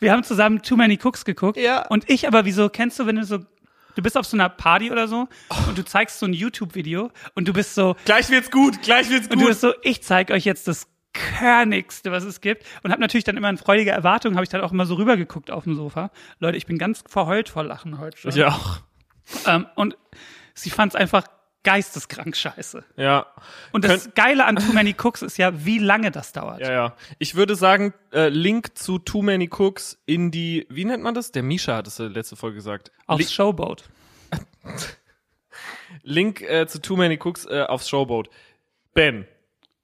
[SPEAKER 3] Wir haben zusammen Too Many Cooks geguckt.
[SPEAKER 4] Ja.
[SPEAKER 3] Und ich aber, wieso, kennst du, wenn du so, du bist auf so einer Party oder so und du zeigst so ein YouTube-Video und du bist so,
[SPEAKER 4] Gleich wird's gut, gleich wird's
[SPEAKER 3] Und du
[SPEAKER 4] gut.
[SPEAKER 3] bist so, ich zeige euch jetzt das Körnigste, was es gibt. Und habe natürlich dann immer in freudiger Erwartung, habe ich dann auch immer so rübergeguckt auf dem Sofa. Leute, ich bin ganz verheult vor Lachen heute schon.
[SPEAKER 4] Ich auch.
[SPEAKER 3] Ähm, und sie fand es einfach geisteskrank scheiße.
[SPEAKER 4] Ja.
[SPEAKER 3] Und das Geile an Too Many Cooks ist ja, wie lange das dauert.
[SPEAKER 4] Ja, ja. Ich würde sagen, äh, Link zu Too Many Cooks in die, wie nennt man das? Der Misha hat es äh, letzte Folge gesagt. Li
[SPEAKER 3] Aufs Showboat.
[SPEAKER 4] Link äh, zu Too Many Cooks äh, aufs Showboat. Ben,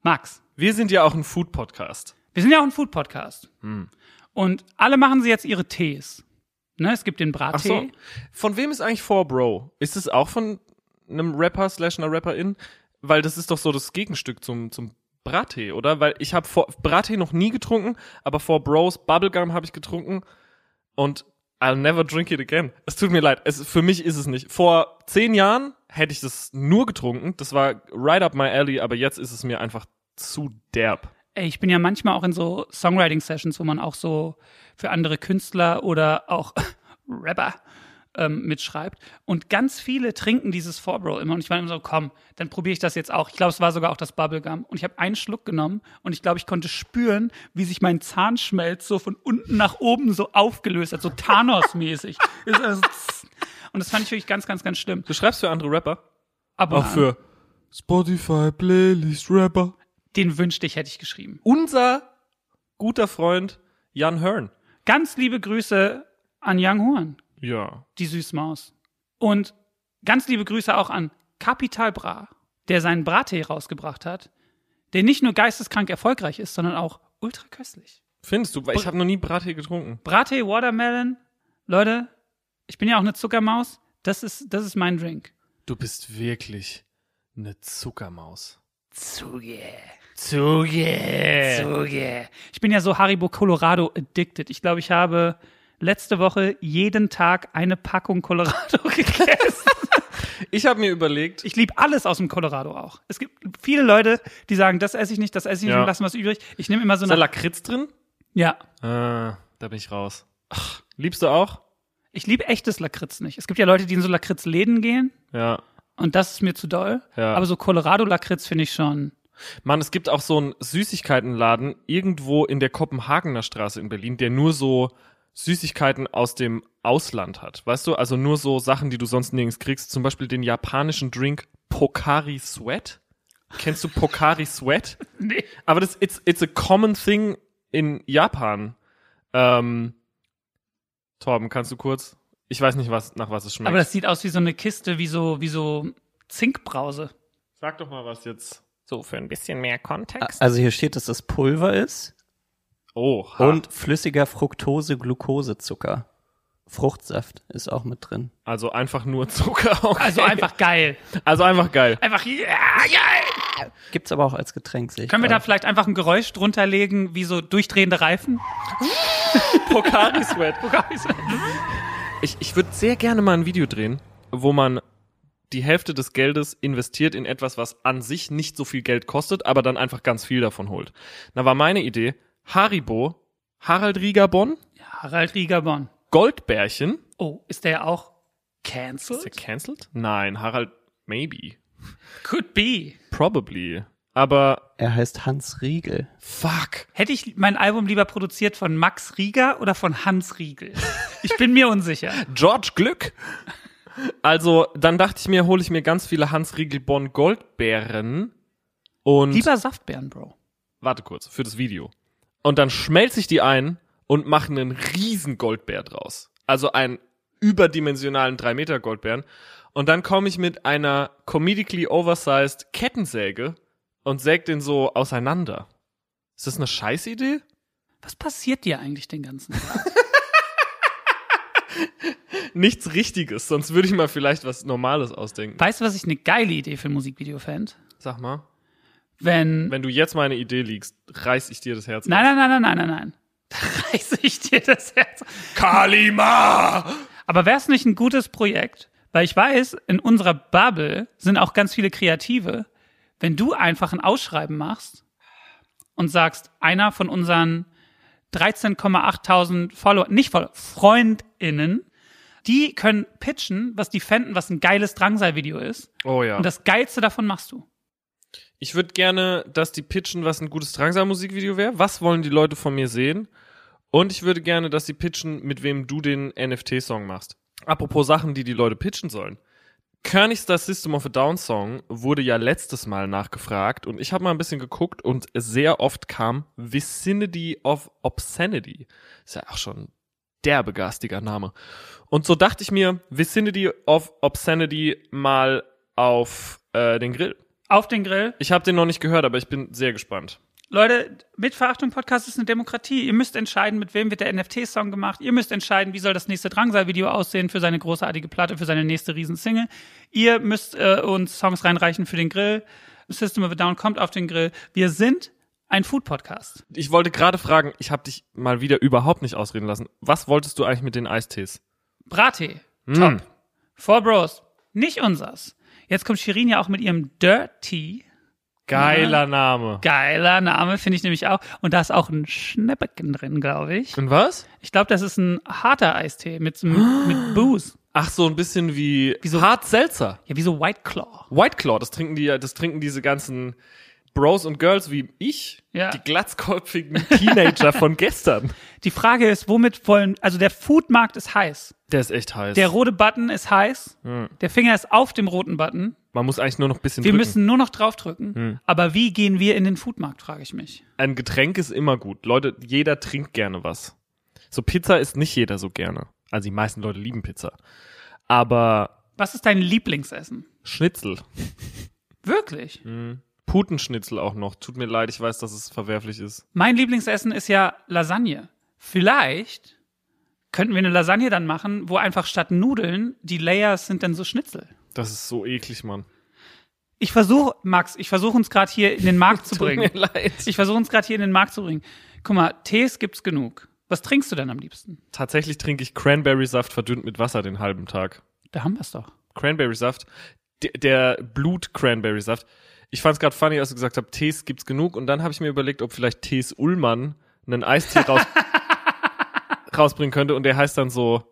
[SPEAKER 3] Max,
[SPEAKER 4] wir sind ja auch ein Food-Podcast.
[SPEAKER 3] wir sind ja auch ein Food-Podcast.
[SPEAKER 4] Hm.
[SPEAKER 3] Und alle machen sie jetzt ihre Tees. Ne, es gibt den
[SPEAKER 4] Ach
[SPEAKER 3] Brattee.
[SPEAKER 4] so. Von wem ist eigentlich 4 Bro? Ist es auch von einem Rapper slash einer Rapperin? Weil das ist doch so das Gegenstück zum, zum Brattee, oder? Weil ich habe Brattee noch nie getrunken, aber 4 Bros Bubblegum habe ich getrunken und I'll never drink it again. Es tut mir leid, es, für mich ist es nicht. Vor zehn Jahren hätte ich das nur getrunken, das war right up my alley, aber jetzt ist es mir einfach zu derb.
[SPEAKER 3] Ey, ich bin ja manchmal auch in so Songwriting-Sessions, wo man auch so für andere Künstler oder auch Rapper ähm, mitschreibt. Und ganz viele trinken dieses Forbro immer. Und ich war immer so, komm, dann probiere ich das jetzt auch. Ich glaube, es war sogar auch das Bubblegum. Und ich habe einen Schluck genommen und ich glaube, ich konnte spüren, wie sich mein Zahnschmelz so von unten nach oben so aufgelöst hat, so Thanos-mäßig. Es ist also zzt. und das fand ich wirklich ganz, ganz, ganz schlimm.
[SPEAKER 4] Du schreibst für andere Rapper?
[SPEAKER 3] Aber
[SPEAKER 4] Spotify Playlist Rapper.
[SPEAKER 3] den wünschte ich, hätte ich geschrieben.
[SPEAKER 4] unser guter Freund Jan Hearn.
[SPEAKER 3] Ganz liebe Grüße an Yang Huan.
[SPEAKER 4] Ja.
[SPEAKER 3] die Süßmaus. Und ganz liebe Grüße auch an Capital Bra, der seinen Brattee rausgebracht hat, der nicht nur geisteskrank erfolgreich ist, sondern auch ultra köstlich.
[SPEAKER 4] Findest du? Weil ich habe noch nie Brattee getrunken.
[SPEAKER 3] Brattee Watermelon, Leute, ich bin ja auch eine Zuckermaus, das ist, das ist mein Drink.
[SPEAKER 4] Du bist wirklich eine Zuckermaus.
[SPEAKER 2] Zuge.
[SPEAKER 3] Yeah. So, yeah. Ich bin ja so Haribo Colorado addicted. Ich glaube, ich habe letzte Woche jeden Tag eine Packung Colorado gegessen.
[SPEAKER 4] Ich habe mir überlegt,
[SPEAKER 3] Ich liebe alles aus dem Colorado auch. Es gibt viele Leute, die sagen, das esse ich nicht, das esse ich nicht
[SPEAKER 4] Ja.
[SPEAKER 3] und lassen was übrig. Ich nehme immer so
[SPEAKER 4] ist da
[SPEAKER 3] eine.
[SPEAKER 4] Lakritz drin?
[SPEAKER 3] Ja.
[SPEAKER 4] Ah, da bin ich raus. Ach, liebst du auch?
[SPEAKER 3] Ich liebe echtes Lakritz nicht. Es gibt ja Leute, die in so Lakritzläden gehen
[SPEAKER 4] Ja.
[SPEAKER 3] und das ist mir zu doll.
[SPEAKER 4] Ja.
[SPEAKER 3] Aber so Colorado-Lakritz finde ich schon.
[SPEAKER 4] Mann, es gibt auch so einen Süßigkeitenladen irgendwo in der Kopenhagener Straße in Berlin, der nur so Süßigkeiten aus dem Ausland hat. Weißt du, also nur so Sachen, die du sonst nirgends kriegst. Zum Beispiel den japanischen Drink Pokari Sweat. Kennst du Pokari Sweat?
[SPEAKER 3] Nee.
[SPEAKER 4] Aber das it's it's a common thing in Japan. Ähm, Torben, kannst du kurz? Ich weiß nicht, was nach was es schmeckt.
[SPEAKER 3] Aber das sieht aus wie so eine Kiste, wie so, wie so Zinkbrause.
[SPEAKER 4] Sag doch mal was jetzt. So für ein bisschen mehr Kontext.
[SPEAKER 5] Also hier steht, dass das Pulver ist
[SPEAKER 4] Oh.
[SPEAKER 3] Ah.
[SPEAKER 4] ha.
[SPEAKER 5] und flüssiger Fructose-Glukosezucker. Fruchtsaft ist auch mit drin.
[SPEAKER 4] Also einfach nur Zucker. Okay.
[SPEAKER 3] Also einfach geil.
[SPEAKER 4] Also einfach geil.
[SPEAKER 3] Einfach ja, geil.
[SPEAKER 5] Gibt's aber auch als Getränk, sehe ich
[SPEAKER 3] Können wir da
[SPEAKER 5] gerade.
[SPEAKER 3] vielleicht einfach ein Geräusch drunter legen, wie so durchdrehende Reifen?
[SPEAKER 4] Pokari Sweat. Ich, ich würde sehr gerne mal ein Video drehen, wo man die Hälfte des Geldes investiert in etwas, was an sich nicht so viel Geld kostet, aber dann einfach ganz viel davon holt. Na, war meine Idee, Haribo, Harald Riegerbon,
[SPEAKER 3] Harald Riegerbon.
[SPEAKER 4] Goldbärchen.
[SPEAKER 3] Oh, ist der auch
[SPEAKER 4] Ist der
[SPEAKER 3] cancelled?
[SPEAKER 4] cancelled? Nein, Harald, maybe.
[SPEAKER 3] Could be.
[SPEAKER 4] Probably. Aber
[SPEAKER 5] Er heißt Hans Riegel.
[SPEAKER 4] fuck.
[SPEAKER 3] Hätte ich mein Album lieber produziert von Max Rieger oder von Hans Riegel? Ich bin mir unsicher.
[SPEAKER 4] George Glück. Also, dann dachte ich mir, hole ich mir ganz viele Hans Riegelbon Goldbeeren und
[SPEAKER 3] Lieber Saftbeeren, Bro.
[SPEAKER 4] warte kurz, für das Video. Und dann schmelze ich die ein und mache einen riesen Goldbär draus. Also einen überdimensionalen 3 Meter Goldbären. Und dann komme ich mit einer comedically oversized Kettensäge und sägt den so auseinander. Ist das eine Scheißidee?
[SPEAKER 3] Was passiert dir eigentlich den ganzen Tag?
[SPEAKER 4] Nichts Richtiges, sonst würde ich mal vielleicht was Normales ausdenken.
[SPEAKER 3] Weißt du, was ich eine geile Idee für ein Musikvideo fände?
[SPEAKER 4] Sag mal.
[SPEAKER 3] Wenn.
[SPEAKER 4] Wenn du jetzt meine Idee liegst, reiß ich dir das Herz.
[SPEAKER 3] Nein, nein, nein, nein, nein, nein, nein. Da reiße ich dir das Herz.
[SPEAKER 4] Kalima!
[SPEAKER 3] Aber wäre es nicht ein gutes Projekt? Weil ich weiß, in unserer Bubble sind auch ganz viele Kreative. Wenn du einfach ein Ausschreiben machst und sagst, einer von unseren 13,8.000 Follower, nicht Follower, FreundInnen, die können pitchen, was die fänden, was ein geiles Drangsal-Video ist.
[SPEAKER 4] Oh ja.
[SPEAKER 3] Und das Geilste davon machst du.
[SPEAKER 4] Ich würde gerne, dass die pitchen, was ein gutes Drangsal-Musikvideo wäre. Was wollen die Leute von mir sehen? Und ich würde gerne, dass die pitchen, mit wem du den NFT-Song machst. Apropos Sachen, die die Leute pitchen sollen. Kearney's Das System of a Down Song wurde ja letztes Mal nachgefragt und ich habe mal ein bisschen geguckt und sehr oft kam Vicinity of Obscenity. Ist ja auch schon derbe garstiger Name. Und so dachte ich mir, Vicinity of Obscenity mal auf äh, den Grill.
[SPEAKER 3] Auf den Grill.
[SPEAKER 4] Ich habe den noch nicht gehört, aber ich bin sehr gespannt.
[SPEAKER 3] Leute, Mitverachtung-Podcast ist eine Demokratie. Ihr müsst entscheiden, mit wem wird der NFT-Song gemacht. Ihr müsst entscheiden, wie soll das nächste Drangsal-Video aussehen für seine großartige Platte, für seine nächste Riesensingle. Ihr müsst äh, uns Songs reinreichen für den Grill. System of a Down kommt auf den Grill. Wir sind ein Food-Podcast.
[SPEAKER 4] Ich wollte gerade fragen, ich habe dich mal wieder überhaupt nicht ausreden lassen. Was wolltest du eigentlich mit den Eistees?
[SPEAKER 3] Brattee,
[SPEAKER 4] Mm.
[SPEAKER 3] top. Four Bros, nicht unsers. Jetzt kommt Shirin ja auch mit ihrem Dirty.
[SPEAKER 4] Geiler Name.
[SPEAKER 3] Geiler Name, finde ich nämlich auch. Und da ist auch ein Schnäppecken drin, glaube ich.
[SPEAKER 4] Und was?
[SPEAKER 3] Ich glaube, das ist ein harter Eistee mit, mit Booze.
[SPEAKER 4] Ach so, ein bisschen wie
[SPEAKER 3] Wieso?
[SPEAKER 4] Hart Seltzer.
[SPEAKER 3] Ja, wie so White Claw.
[SPEAKER 4] White Claw, das trinken die, ja- das trinken diese ganzen Bros und Girls wie ich,
[SPEAKER 3] Ja.
[SPEAKER 4] die glatzköpfigen Teenager von gestern.
[SPEAKER 3] Die Frage ist, womit wollen, also der Foodmarkt ist heiß.
[SPEAKER 4] Der ist echt heiß.
[SPEAKER 3] Der rote Button ist heiß. Der Finger ist auf dem roten Button.
[SPEAKER 4] Man muss eigentlich nur noch ein bisschen
[SPEAKER 3] Wir
[SPEAKER 4] drücken.
[SPEAKER 3] müssen nur noch draufdrücken. Aber wie gehen wir in den Foodmarkt, frage ich mich.
[SPEAKER 4] Ein Getränk ist immer gut. Leute, jeder trinkt gerne was. So Pizza ist nicht jeder so gerne. Also die meisten Leute lieben Pizza. Aber
[SPEAKER 3] Was ist dein Lieblingsessen?
[SPEAKER 4] Schnitzel,
[SPEAKER 3] Wirklich?
[SPEAKER 4] Putenschnitzel auch noch. Tut mir leid, ich weiß, dass es verwerflich ist.
[SPEAKER 3] Mein Lieblingsessen ist ja Lasagne. Vielleicht könnten wir eine Lasagne dann machen, wo einfach statt Nudeln die Layers sind dann so Schnitzel.
[SPEAKER 4] Das ist so eklig, Mann.
[SPEAKER 3] Ich versuche, Max, ich versuche uns gerade hier in den Markt zu bringen.
[SPEAKER 4] Tut mir leid.
[SPEAKER 3] Ich versuche uns gerade hier in den Markt zu bringen. Guck mal, Tees gibt's genug. Was trinkst du denn am liebsten?
[SPEAKER 4] Tatsächlich trinke ich Cranberry-Saft verdünnt mit Wasser den halben Tag.
[SPEAKER 3] Da haben wir's doch.
[SPEAKER 4] Cranberry-Saft, der, der Blut-Cranberry-Saft. Ich fand es gerade funny, als du gesagt hast, Tees gibt's genug. Und dann habe ich mir überlegt, ob vielleicht Tees Ullmann einen Eistee raus rausbringen könnte. Und der heißt dann so,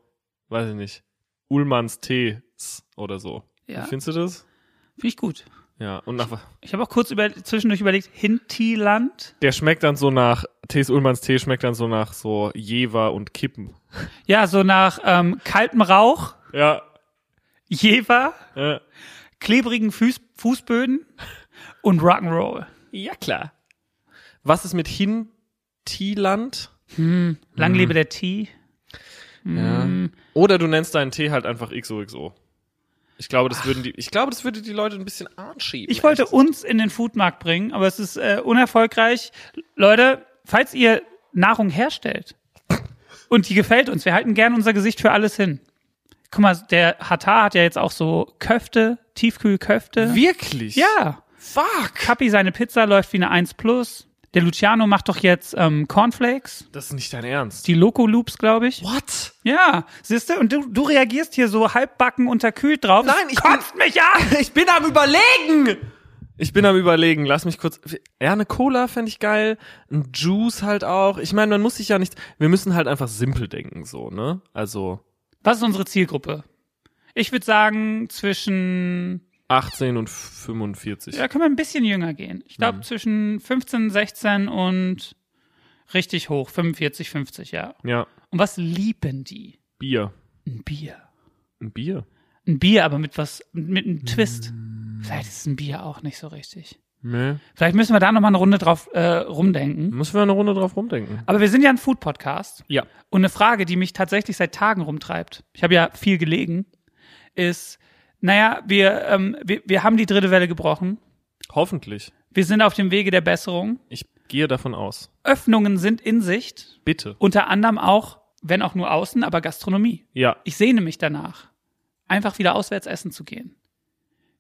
[SPEAKER 4] weiß ich nicht, Ullmanns Tees oder so.
[SPEAKER 3] Ja.
[SPEAKER 4] Wie findest du das?
[SPEAKER 3] Finde ich gut.
[SPEAKER 4] Ja. Und nach,
[SPEAKER 3] Ich habe auch kurz über, zwischendurch überlegt, Hintiland.
[SPEAKER 4] der schmeckt dann so nach, Tees Ullmanns Tee schmeckt dann so nach so Jever und Kippen.
[SPEAKER 3] Ja, so nach ähm, kaltem Rauch,
[SPEAKER 4] Ja. äh.
[SPEAKER 3] Jever,
[SPEAKER 4] Ja,
[SPEAKER 3] klebrigen Fuß, Fußböden und Rock'n'Roll.
[SPEAKER 4] ja klar. Was ist mit Hintiland?
[SPEAKER 3] Lang
[SPEAKER 4] Mhm.
[SPEAKER 3] lebe der Tee.
[SPEAKER 4] Oder du nennst deinen Tee halt einfach XOXO. Ich glaube, das würden die, ich glaube, das würde die Leute ein bisschen anschieben.
[SPEAKER 3] Ich wollte uns in den Foodmarkt bringen, aber es ist äh, unerfolgreich. Leute, falls ihr Nahrung herstellt und die gefällt uns, wir halten gern unser Gesicht für alles hin. Guck mal, der Hatar hat ja jetzt auch so Köfte, Tiefkühlköfte.
[SPEAKER 4] Wirklich?
[SPEAKER 3] Ja.
[SPEAKER 4] Fuck.
[SPEAKER 3] Kappi, seine Pizza läuft wie eine 1 Plus. Der Luciano macht doch jetzt ähm, Cornflakes,
[SPEAKER 4] Das ist nicht dein Ernst.
[SPEAKER 3] die Loco Loops, glaube ich.
[SPEAKER 4] What?
[SPEAKER 3] Ja, siehste, und du, du reagierst hier so halbbacken unterkühlt drauf.
[SPEAKER 4] Nein,
[SPEAKER 3] Das
[SPEAKER 4] ich bin-
[SPEAKER 3] kotzt mich an.
[SPEAKER 4] Ah, Ich bin am überlegen. Ich bin am überlegen. Lass mich kurz. Ja, eine Cola fände ich geil. Ein Juice halt auch. Ich meine, man muss sich ja nicht. Wir müssen halt einfach simpel denken, so, ne? Also
[SPEAKER 3] Was ist unsere Zielgruppe? Ich würde sagen zwischen
[SPEAKER 4] 18 und 45.
[SPEAKER 3] Da können wir ein bisschen jünger gehen. Ich glaube zwischen 15, 16 und richtig hoch, 45, 50, ja.
[SPEAKER 4] ja.
[SPEAKER 3] Und was lieben die?
[SPEAKER 4] Bier.
[SPEAKER 3] Ein Bier.
[SPEAKER 4] Ein Bier.
[SPEAKER 3] Ein Bier, aber mit was, mit einem Twist. Vielleicht ist ein Bier auch nicht so richtig.
[SPEAKER 4] Ne.
[SPEAKER 3] Vielleicht müssen wir da nochmal eine Runde drauf äh, rumdenken.
[SPEAKER 4] Müssen wir eine Runde drauf rumdenken.
[SPEAKER 3] Aber wir sind ja ein Food-Podcast.
[SPEAKER 4] Ja.
[SPEAKER 3] Und eine Frage, die mich tatsächlich seit Tagen rumtreibt, ich habe ja viel gelegen, ist, naja, wir, ähm, wir, wir haben die dritte Welle gebrochen.
[SPEAKER 4] Hoffentlich.
[SPEAKER 3] Wir sind auf dem Wege der Besserung.
[SPEAKER 4] Ich gehe davon aus.
[SPEAKER 3] Öffnungen sind in Sicht.
[SPEAKER 4] Bitte.
[SPEAKER 3] Unter anderem auch, wenn auch nur außen, aber Gastronomie.
[SPEAKER 4] Ja.
[SPEAKER 3] Ich sehne mich danach, einfach wieder auswärts essen zu gehen.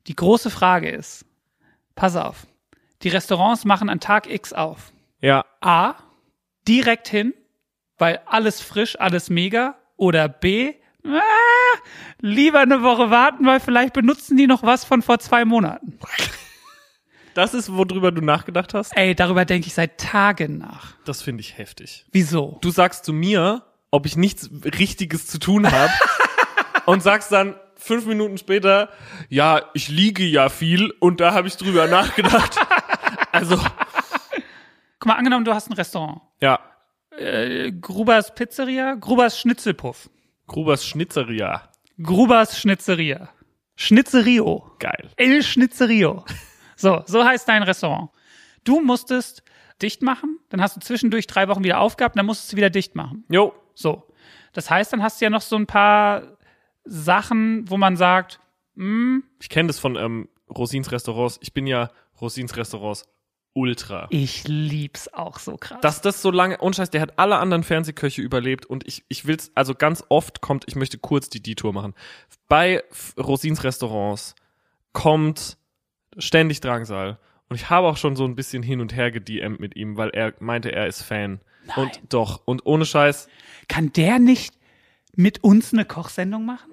[SPEAKER 3] Die große Frage ist, pass auf, die Restaurants machen an Tag X auf.
[SPEAKER 4] Ja.
[SPEAKER 3] A, direkt hin, weil alles frisch, alles mega. Oder B, ah, lieber eine Woche warten, weil vielleicht benutzen die noch was von vor zwei Monaten.
[SPEAKER 4] Das ist, worüber du nachgedacht hast.
[SPEAKER 3] Ey, darüber denke ich seit Tagen nach.
[SPEAKER 4] Das finde ich heftig.
[SPEAKER 3] Wieso?
[SPEAKER 4] Du sagst zu mir, ob ich nichts Richtiges zu tun habe und sagst dann fünf Minuten später, ja, ich liege ja viel und da habe ich drüber nachgedacht. Also,
[SPEAKER 3] Guck mal, angenommen, du hast ein Restaurant.
[SPEAKER 4] ja,
[SPEAKER 3] Äh, Grubers Pizzeria, Grubers Schnitzelpuff,
[SPEAKER 4] Grubers Schnitzeria.
[SPEAKER 3] Grubers Schnitzeria, Schnitzerio.
[SPEAKER 4] Geil.
[SPEAKER 3] El Schnitzerio. So, so heißt dein Restaurant. Du musstest dicht machen, dann hast du zwischendurch drei Wochen wieder aufgehabt, dann musstest du wieder dicht machen.
[SPEAKER 4] Jo,
[SPEAKER 3] So. Das heißt, dann hast du ja noch so ein paar Sachen, wo man sagt, hm,
[SPEAKER 4] ich kenne das von ähm, Rosins Restaurants. Ich bin ja Rosins Restaurants Ultra.
[SPEAKER 3] ich lieb's auch so krass.
[SPEAKER 4] Dass das so lange, ohne Scheiß, der hat alle anderen Fernsehköche überlebt und ich, ich will's, also ganz oft kommt, ich möchte kurz die D-Tour machen. Bei F- Rosins Restaurants kommt ständig Drangsal und ich habe auch schon so ein bisschen hin und her gedM'd mit ihm, weil er meinte, er ist Fan. Und doch, und ohne Scheiß,
[SPEAKER 3] Kann der nicht mit uns eine Kochsendung machen?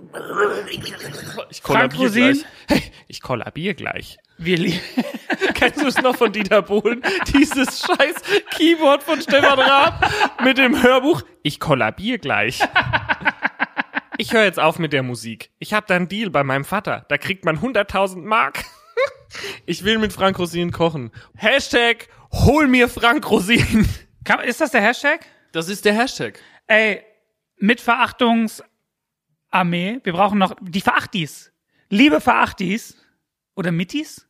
[SPEAKER 4] ich
[SPEAKER 3] Frank
[SPEAKER 4] kollabiere
[SPEAKER 3] Rosin?
[SPEAKER 4] gleich. Hey, ich kollabiere gleich.
[SPEAKER 3] Wir lieben.
[SPEAKER 4] Kennst du es noch von Dieter Bohlen? Dieses scheiß Keyboard von Stefan Raab mit dem Hörbuch. Ich kollabier gleich. Ich höre jetzt auf mit der Musik. Ich habe da einen Deal bei meinem Vater. Da kriegt man 100.000 Mark. Ich will mit Frank Rosin kochen. Hashtag hol mir Frank Rosin.
[SPEAKER 3] Kann, ist das der Hashtag?
[SPEAKER 4] Das ist der Hashtag.
[SPEAKER 3] Ey, mit Verachtungsarmee, wir brauchen noch die Verachtis. Liebe Verachtis oder Mittis?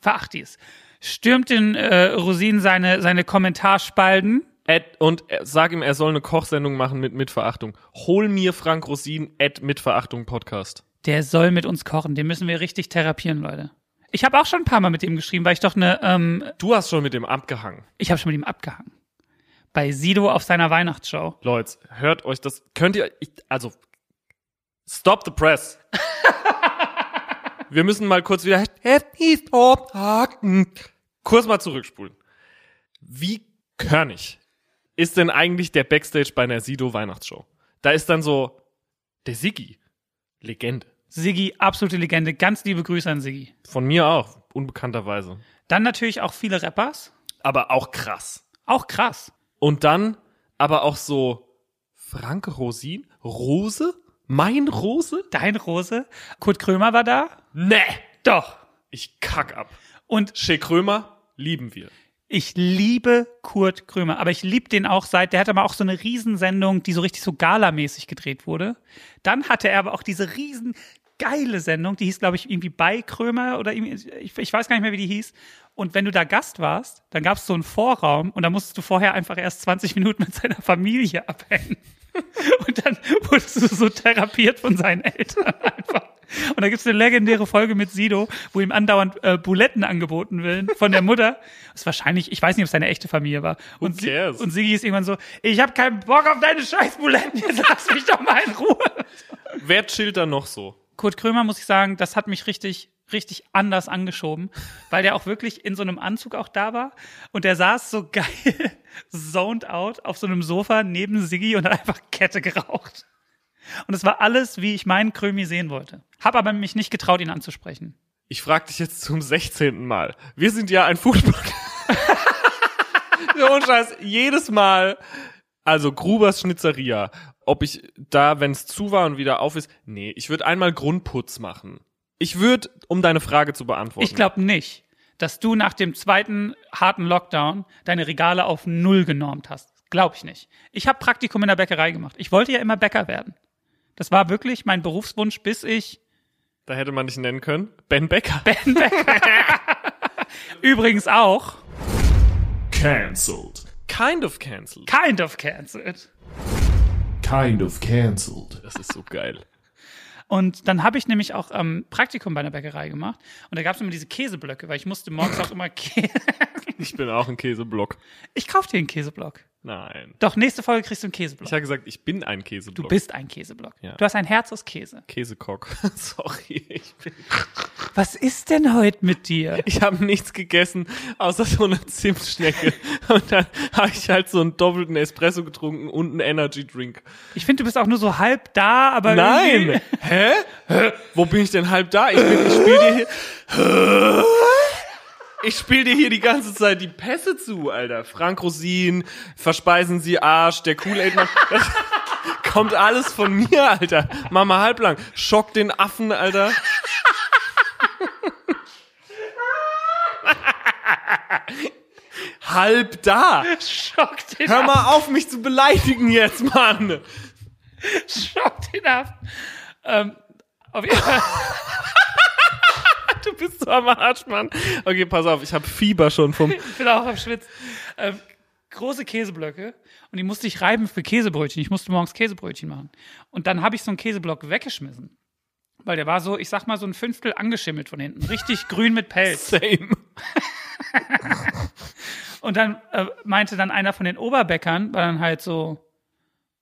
[SPEAKER 3] Verachtis. Stürmt den äh, Rosin seine, seine Kommentarspalten.
[SPEAKER 4] Ad, und äh, sag ihm, er soll eine Kochsendung machen mit Mitverachtung. Hol mir Frank Rosin at Mitverachtung Podcast.
[SPEAKER 3] Der soll mit uns kochen. Den müssen wir richtig therapieren, Leute. Ich habe auch schon ein paar Mal mit ihm geschrieben, weil ich doch eine, ähm,
[SPEAKER 4] Du hast schon mit dem abgehangen.
[SPEAKER 3] ich habe schon mit ihm abgehangen. Bei Sido auf seiner Weihnachtsshow.
[SPEAKER 4] Leute, hört euch das. Könnt ihr. Ich, also. Stop the press. Wir müssen mal kurz wieder. Happy Stop Haken. Kurz mal zurückspulen. Wie körnig ist denn eigentlich der Backstage bei einer Sido-Weihnachtsshow? Da ist dann so. Der Siggi. Legende.
[SPEAKER 3] Siggi, absolute Legende. Ganz liebe Grüße an Siggi.
[SPEAKER 4] Von mir auch. Unbekannterweise.
[SPEAKER 3] Dann natürlich auch viele Rappers.
[SPEAKER 4] Aber auch krass.
[SPEAKER 3] Auch krass.
[SPEAKER 4] Und dann aber auch so. Franke Rosin? Rose? Mein Rose?
[SPEAKER 3] Dein Rose. Kurt Krömer war da.
[SPEAKER 4] Nee!
[SPEAKER 3] Doch.
[SPEAKER 4] Ich kack ab.
[SPEAKER 3] Und
[SPEAKER 4] Shea Krömer lieben wir.
[SPEAKER 3] ich liebe Kurt Krömer, aber ich liebe den auch seit, der hatte mal auch so eine Riesensendung, die so richtig so galamäßig gedreht wurde. Dann hatte er aber auch diese riesen geile Sendung, die hieß, glaube ich, irgendwie bei Krömer oder irgendwie, ich, ich weiß gar nicht mehr, wie die hieß. Und wenn du da Gast warst, dann gab es so einen Vorraum und da musstest du vorher einfach erst 20 Minuten mit seiner Familie abhängen. Und dann wurdest du so therapiert von seinen Eltern einfach. Und da gibt's eine legendäre Folge mit Sido, wo ihm andauernd äh, Buletten angeboten werden von der Mutter. Das ist wahrscheinlich, ich weiß nicht, ob es seine echte Familie war. Und, Si-
[SPEAKER 4] cares?
[SPEAKER 3] und Sigi ist irgendwann so, ich habe keinen Bock auf deine scheiß Buletten, jetzt lass mich doch mal in Ruhe.
[SPEAKER 4] Wer chillt da noch so?
[SPEAKER 3] Kurt Krömer, muss ich sagen, das hat mich richtig, richtig anders angeschoben, weil der auch wirklich in so einem Anzug auch da war und der saß so geil, zoned out, auf so einem Sofa neben Siggi und hat einfach Kette geraucht. Und es war alles, wie ich meinen Krömi sehen wollte. Hab aber mich nicht getraut, ihn anzusprechen.
[SPEAKER 4] Ich frag dich jetzt zum 16. Mal. Wir sind ja ein Fußball. so ohne Scheiß, jedes Mal. Also Grubers Schnitzeria. Ob ich da, wenn es zu war und wieder auf ist. Nee, ich würde einmal Grundputz machen. Ich würde, um deine Frage zu beantworten.
[SPEAKER 3] Ich glaube nicht, dass du nach dem zweiten harten Lockdown deine Regale auf null genormt hast. Glaube ich nicht. Ich habe Praktikum in der Bäckerei gemacht. Ich wollte ja immer Bäcker werden. Das war wirklich mein Berufswunsch, bis ich
[SPEAKER 4] Da hätte man dich nennen können. Ben Becker.
[SPEAKER 3] Übrigens auch
[SPEAKER 6] Cancelled.
[SPEAKER 4] kind of cancelled.
[SPEAKER 3] kind of cancelled.
[SPEAKER 6] Kind of cancelled.
[SPEAKER 4] Das ist so geil.
[SPEAKER 3] Und dann habe ich nämlich auch ähm, Praktikum bei einer Bäckerei gemacht. Und da gab es immer diese Käseblöcke, weil ich musste morgens auch immer Käse.
[SPEAKER 4] Ich bin auch ein Käseblock.
[SPEAKER 3] ich kauf dir einen Käseblock.
[SPEAKER 4] Nein.
[SPEAKER 3] Doch, nächste Folge kriegst du einen Käseblock.
[SPEAKER 4] Ich habe gesagt, ich bin ein Käseblock.
[SPEAKER 3] Du bist ein Käseblock.
[SPEAKER 4] Ja.
[SPEAKER 3] Du hast ein Herz aus Käse.
[SPEAKER 4] Käsekock. Sorry, ich bin
[SPEAKER 3] Was ist denn heute mit dir?
[SPEAKER 4] Ich habe nichts gegessen, außer so eine Zimtschnecke. Und dann habe ich halt so einen doppelten Espresso getrunken und einen Energy Drink.
[SPEAKER 3] Ich finde, du bist auch nur so halb da, aber irgendwie-
[SPEAKER 4] Nein! Hä? Hä? Wo bin ich denn halb da? Ich, bin- ich spiele dir hier. Ich spiele dir hier die ganze Zeit die Pässe zu, Alter. Frank Rosin, verspeisen Sie Arsch, der Kool-Aid-Mann. Das kommt alles von mir, Alter. Mama halblang. Schock den Affen, Alter. Halb da.
[SPEAKER 3] Schock den
[SPEAKER 4] Hör
[SPEAKER 3] Hör
[SPEAKER 4] mal auf, mich zu beleidigen jetzt, Mann.
[SPEAKER 3] Schock den ab. Ähm, auf jeden Fall.
[SPEAKER 4] Du bist so am Arsch, Mann. Okay, pass auf, ich habe Fieber schon vom.
[SPEAKER 3] Ich bin auch am Schwitz. Ähm, große Käseblöcke und die musste ich reiben für Käsebrötchen. Ich musste morgens Käsebrötchen machen. Und dann habe ich so einen Käseblock weggeschmissen. Weil der war so, ich sag mal, so ein Fünftel angeschimmelt von hinten. Richtig grün mit Pelz.
[SPEAKER 4] Same.
[SPEAKER 3] Und dann äh, meinte dann einer von den Oberbäckern, war dann halt so,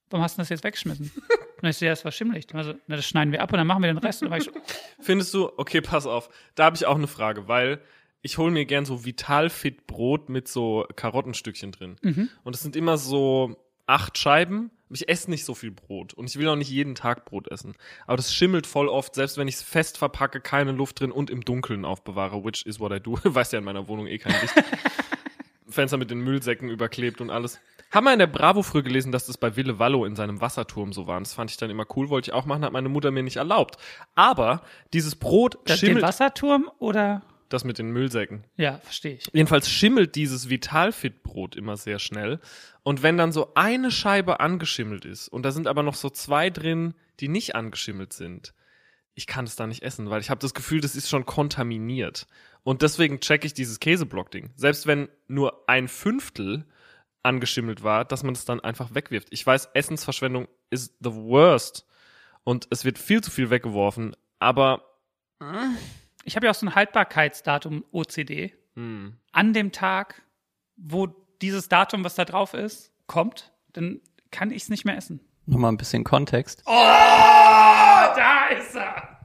[SPEAKER 3] warum hast du das jetzt weggeschmissen? Und ich so, ja, das war schimmelig. Also, na, das schneiden wir ab und dann machen wir den Rest. Und dann war ich so,
[SPEAKER 4] Findest du, okay, pass auf, da habe ich auch eine Frage, weil ich hole mir gern so Vitalfit Brot mit so Karottenstückchen drin. Und es sind immer so acht Scheiben. Ich esse nicht so viel Brot und ich will auch nicht jeden Tag Brot essen. Aber das schimmelt voll oft, selbst wenn ich es fest verpacke, keine Luft drin und im Dunkeln aufbewahre, which is what I do. Weißt ja in meiner Wohnung eh kein Licht. Fenster mit den Müllsäcken überklebt und alles. Haben wir in der Bravo früh gelesen, dass das bei Ville Wallo in seinem Wasserturm so war. Und das fand ich dann immer cool, wollte ich auch machen, hat meine Mutter mir nicht erlaubt. Aber dieses Brot
[SPEAKER 3] das den
[SPEAKER 4] schimmelt
[SPEAKER 3] Wasserturm oder?
[SPEAKER 4] das mit den Müllsäcken.
[SPEAKER 3] Ja, verstehe ich.
[SPEAKER 4] Jedenfalls schimmelt dieses Vitalfit-Brot immer sehr schnell. Und wenn dann so eine Scheibe angeschimmelt ist und da sind aber noch so zwei drin, die nicht angeschimmelt sind, ich kann es da nicht essen, weil ich habe das Gefühl, das ist schon kontaminiert. Und deswegen checke ich dieses Käseblock-Ding. Selbst wenn nur ein Fünftel angeschimmelt war, dass man es dann einfach wegwirft. Ich weiß, Essensverschwendung ist the worst. Und es wird viel zu viel weggeworfen, aber
[SPEAKER 3] Ich habe ja auch so ein Haltbarkeitsdatum OCD.
[SPEAKER 4] hm,
[SPEAKER 3] An dem Tag, wo dieses Datum, was da drauf ist, kommt, dann kann ich es nicht mehr essen.
[SPEAKER 5] Nochmal ein bisschen Kontext.
[SPEAKER 3] Oh, Da ist er!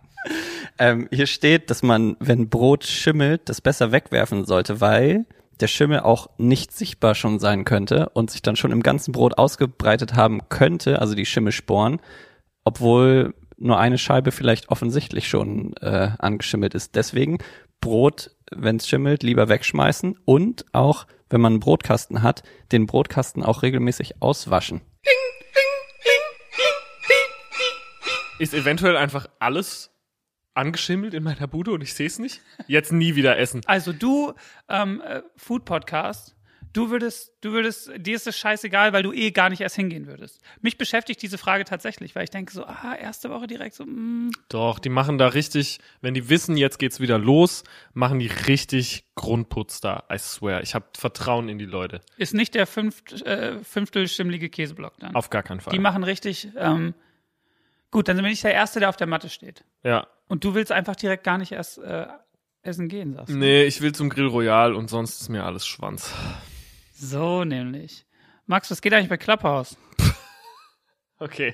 [SPEAKER 5] Ähm, hier steht, dass man, wenn Brot schimmelt, das besser wegwerfen sollte, weil der Schimmel auch nicht sichtbar schon sein könnte und sich dann schon im ganzen Brot ausgebreitet haben könnte, also die Schimmelsporen, obwohl nur eine Scheibe vielleicht offensichtlich schon äh, angeschimmelt ist. Deswegen Brot, wenn es schimmelt, lieber wegschmeißen und auch, wenn man einen Brotkasten hat, den Brotkasten auch regelmäßig auswaschen.
[SPEAKER 4] Ist eventuell einfach alles angeschimmelt in meiner Bude und ich sehe es nicht? Jetzt nie wieder essen.
[SPEAKER 3] Also du, ähm, äh, Food Podcast, du würdest, du würdest, dir ist es scheißegal, weil du eh gar nicht erst hingehen würdest. Mich beschäftigt diese Frage tatsächlich, weil ich denke so, ah, erste Woche direkt so, mm,
[SPEAKER 4] Doch, die machen da richtig, wenn die wissen, jetzt geht's wieder los, machen die richtig Grundputz da. I swear, ich habe Vertrauen in die Leute.
[SPEAKER 3] ist nicht der fünft, äh, fünftel schimmelige Käseblock dann.
[SPEAKER 4] Auf gar keinen Fall.
[SPEAKER 3] Die machen richtig, ähm, gut, dann bin ich der Erste, der auf der Matte steht.
[SPEAKER 4] ja.
[SPEAKER 3] Und du willst einfach direkt gar nicht erst äh, essen gehen, sagst du.
[SPEAKER 4] Nee, ich will zum Grill Royal und sonst ist mir alles Schwanz.
[SPEAKER 3] So nämlich. Max, was geht eigentlich bei Clubhouse?
[SPEAKER 4] Okay.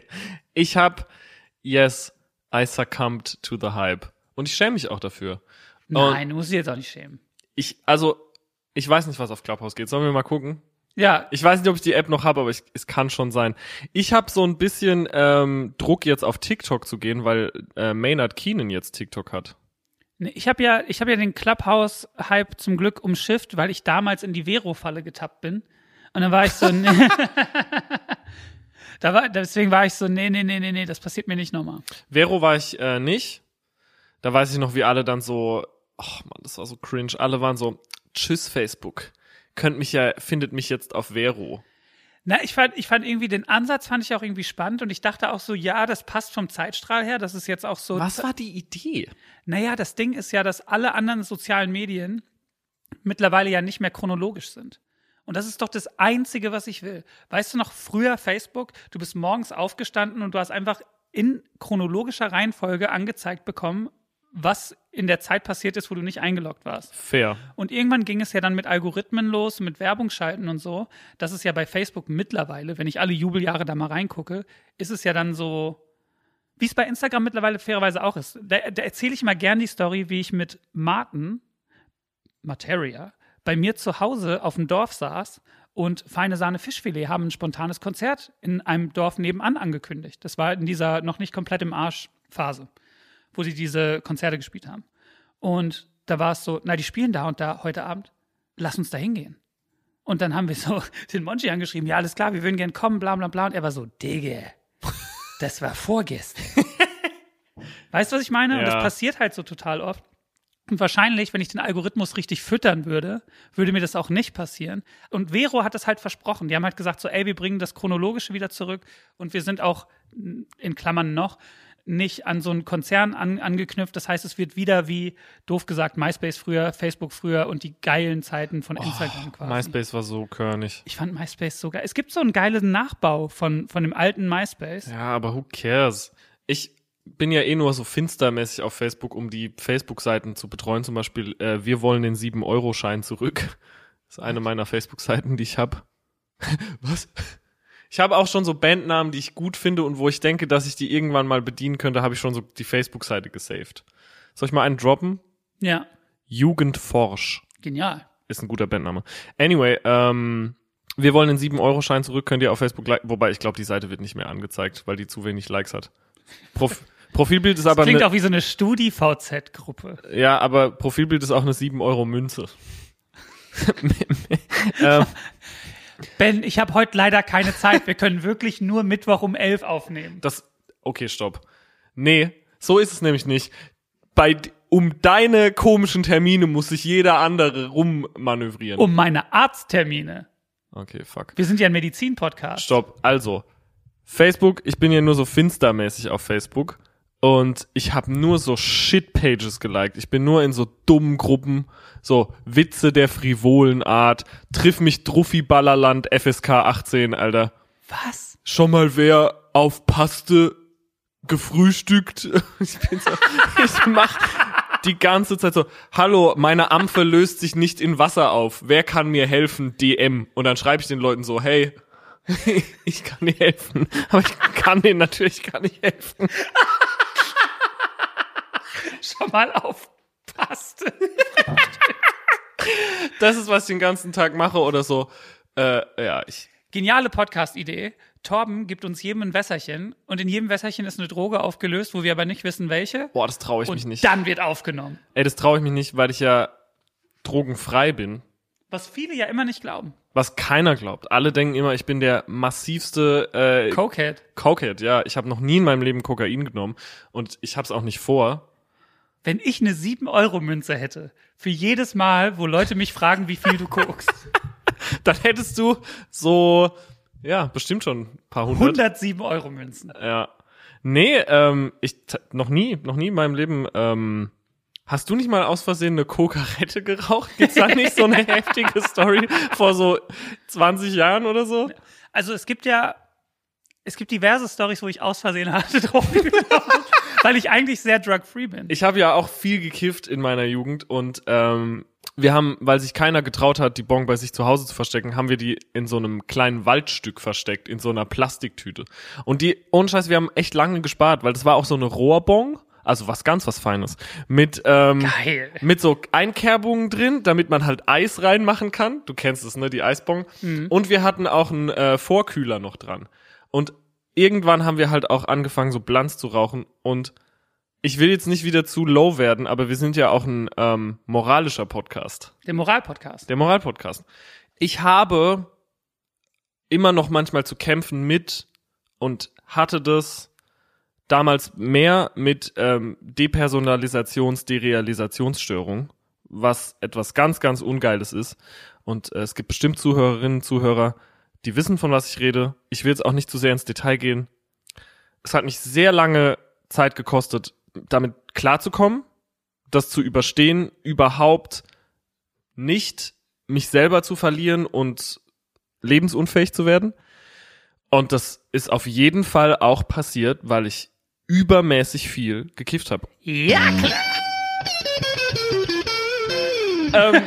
[SPEAKER 4] Ich hab, yes, I succumbed to the hype. Und ich schäme mich auch dafür.
[SPEAKER 3] Nein, du musst dich jetzt auch nicht schämen.
[SPEAKER 4] Ich, also, ich weiß nicht, was auf Clubhouse geht. Sollen wir mal gucken?
[SPEAKER 3] Ja,
[SPEAKER 4] Ich weiß nicht, ob ich die App noch habe, aber ich, es kann schon sein. Ich habe so ein bisschen ähm, Druck, jetzt auf TikTok zu gehen, weil äh, Maynard Keenan jetzt TikTok hat.
[SPEAKER 3] Nee, Ich habe ja, ich hab ja den Clubhouse-Hype zum Glück umschifft, weil ich damals in die Vero-Falle getappt bin. Und dann war ich so, nee. da war, deswegen war ich so, nee, nee, nee, nee, nee, das passiert mir nicht nochmal.
[SPEAKER 4] Vero war ich äh, nicht. Da weiß ich noch, wie alle dann so, ach man, das war so cringe. Alle waren so, tschüss Facebook. Könnt mich ja, findet mich jetzt auf Vero.
[SPEAKER 3] Na, ich fand, ich fand irgendwie den Ansatz fand ich auch irgendwie spannend und ich dachte auch so, ja, das passt vom Zeitstrahl her, das ist jetzt auch so.
[SPEAKER 4] Was war die Idee?
[SPEAKER 3] Naja, das Ding ist ja, dass alle anderen sozialen Medien mittlerweile ja nicht mehr chronologisch sind. Und das ist doch das Einzige, was ich will. Weißt du noch, früher Facebook, du bist morgens aufgestanden und du hast einfach in chronologischer Reihenfolge angezeigt bekommen, was in der Zeit passiert ist, wo du nicht eingeloggt warst.
[SPEAKER 4] Fair.
[SPEAKER 3] Und irgendwann ging es ja dann mit Algorithmen los, mit Werbungsschalten und so. Das ist ja bei Facebook mittlerweile, wenn ich alle Jubeljahre da mal reingucke, ist es ja dann so, wie es bei Instagram mittlerweile fairerweise auch ist. Da, da erzähle ich mal gern die Story, wie ich mit Martin, Materia, bei mir zu Hause auf dem Dorf saß und Feine Sahne Fischfilet haben ein spontanes Konzert in einem Dorf nebenan angekündigt. Das war in dieser noch nicht komplett im Arsch Phase, wo sie diese Konzerte gespielt haben. Und da war es so, na, die spielen da und da heute Abend, lass uns da hingehen. Und dann haben wir so den Monchi angeschrieben, ja, alles klar, wir würden gern kommen, bla bla bla. Und er war so, Digge, das war vorgestern. weißt du, was ich meine? Und
[SPEAKER 4] Ja.
[SPEAKER 3] das passiert halt so total oft. Und wahrscheinlich, wenn ich den Algorithmus richtig füttern würde, würde mir das auch nicht passieren. Und Vero hat das halt versprochen. Die haben halt gesagt, so, ey, wir bringen das Chronologische wieder zurück und wir sind auch, n- in Klammern noch, nicht an so einen Konzern an, angeknüpft. Das heißt, es wird wieder wie, doof gesagt, MySpace früher, Facebook früher und die geilen Zeiten von Instagram quasi.
[SPEAKER 4] Oh, MySpace war so körnig.
[SPEAKER 3] Ich fand MySpace so geil. Es gibt so einen geilen Nachbau von, von dem alten MySpace.
[SPEAKER 4] Ja, aber who cares? Ich bin ja eh nur so finstermäßig auf Facebook, um die Facebook-Seiten zu betreuen. Zum Beispiel, äh, wir wollen den 7-Euro-Schein zurück. Das ist eine meiner Facebook-Seiten, die ich habe. Was? Ich habe auch schon so Bandnamen, die ich gut finde und wo ich denke, dass ich die irgendwann mal bedienen könnte, habe ich schon so die Facebook-Seite gesaved. Soll ich mal einen droppen?
[SPEAKER 3] Ja,
[SPEAKER 4] Jugendforsch.
[SPEAKER 3] genial.
[SPEAKER 4] Ist ein guter Bandname. Anyway, ähm, wir wollen den 7-Euro-Schein zurück, könnt ihr auf Facebook liken. Wobei, ich glaube, die Seite wird nicht mehr angezeigt, weil die zu wenig Likes hat. Prof Profilbild ist aber
[SPEAKER 3] Das klingt
[SPEAKER 4] ne,
[SPEAKER 3] auch wie so eine Studi-VZ-Gruppe.
[SPEAKER 4] ja, aber Profilbild ist auch eine 7-Euro-Münze. Ähm,
[SPEAKER 3] Ben, ich habe heute leider keine Zeit. Wir können wirklich nur Mittwoch um elf aufnehmen.
[SPEAKER 4] Das, okay, stopp. Nee, so ist es nämlich nicht. Bei, d- um deine komischen Termine muss sich jeder andere rummanövrieren.
[SPEAKER 3] Um meine Arzttermine.
[SPEAKER 4] Okay, fuck.
[SPEAKER 3] Wir sind ja ein Medizin-Podcast.
[SPEAKER 4] Stopp. Also, Facebook, ich bin ja nur so finstermäßig auf Facebook und ich habe nur so Shit-Pages geliked. Ich bin nur in so dummen Gruppen, so Witze der frivolen Art, triff mich Druffi Ballerland FSK 18, Alter.
[SPEAKER 3] Was?
[SPEAKER 4] Schon mal wer auf Paste gefrühstückt? Ich bin so, ich mach die ganze Zeit so, hallo, meine Ampfe löst sich nicht in Wasser auf. Wer kann mir helfen? DM. Und dann schreibe ich den Leuten so, hey, ich kann dir helfen, aber ich kann denen natürlich gar nicht helfen.
[SPEAKER 3] Schon mal aufpasst.
[SPEAKER 4] Das ist, was ich den ganzen Tag mache oder so. Äh, ja, ich.
[SPEAKER 3] Geniale Podcast-Idee. Torben gibt uns jedem ein Wässerchen und in jedem Wässerchen ist eine Droge aufgelöst, wo wir aber nicht wissen, welche.
[SPEAKER 4] Boah, das traue ich mich
[SPEAKER 3] Und
[SPEAKER 4] nicht.
[SPEAKER 3] dann wird aufgenommen.
[SPEAKER 4] Ey, das traue ich mich nicht, weil ich ja drogenfrei bin.
[SPEAKER 3] Was viele ja immer nicht glauben.
[SPEAKER 4] Was keiner glaubt. Alle denken immer, ich bin der massivste äh,
[SPEAKER 3] Cokehead.
[SPEAKER 4] Cokehead. Ja, ich habe noch nie in meinem Leben Kokain genommen und ich habe es auch nicht vor.
[SPEAKER 3] Wenn ich eine 7-Euro-Münze hätte, für jedes Mal, wo Leute mich fragen, wie viel du guckst.
[SPEAKER 4] Dann hättest du so, ja, bestimmt schon ein paar hundert.
[SPEAKER 3] 107-Euro-Münzen.
[SPEAKER 4] Ja. Nee, ähm, ich t- noch nie, noch nie in meinem Leben. Ähm, hast du nicht mal aus Versehen eine Kokarette geraucht? Gibt's da nicht so eine heftige Story vor so 20 Jahren oder so?
[SPEAKER 3] Also es gibt ja, es gibt diverse Stories, wo ich aus Versehen harte Drogen genommen habe, weil ich eigentlich sehr drug-free bin.
[SPEAKER 4] Ich habe ja auch viel gekifft in meiner Jugend und ähm, wir haben, weil sich keiner getraut hat, die Bon bei sich zu Hause zu verstecken, haben wir die in so einem kleinen Waldstück versteckt, in so einer Plastiktüte. Und die, ohne Scheiß, wir haben echt lange gespart, weil das war auch so eine Rohrbon, also was ganz was Feines, mit ähm,
[SPEAKER 3] Geil.
[SPEAKER 4] mit so Einkerbungen drin, damit man halt Eis reinmachen kann. Du kennst es, ne? Die Eisbon. Und wir hatten auch einen äh, Vorkühler noch dran. Und irgendwann haben wir halt auch angefangen, so Blanz zu rauchen. Und ich will jetzt nicht wieder zu low werden, aber wir sind ja auch ein ähm, moralischer Podcast.
[SPEAKER 3] Der Moral-Podcast.
[SPEAKER 4] Der Moral-Podcast. Ich habe immer noch manchmal zu kämpfen mit und hatte das damals mehr mit ähm, Depersonalisations-, Derealisationsstörung, was etwas ganz, ganz Ungeiles ist. Und äh, es gibt bestimmt Zuhörerinnen, Zuhörer, die wissen, von was ich rede. Ich will jetzt auch nicht zu sehr ins Detail gehen. Es hat mich sehr lange Zeit gekostet, damit klarzukommen, das zu überstehen, überhaupt nicht mich selber zu verlieren und lebensunfähig zu werden. Und das ist auf jeden Fall auch passiert, weil ich übermäßig viel gekifft habe.
[SPEAKER 3] Ja, klar.
[SPEAKER 4] ähm,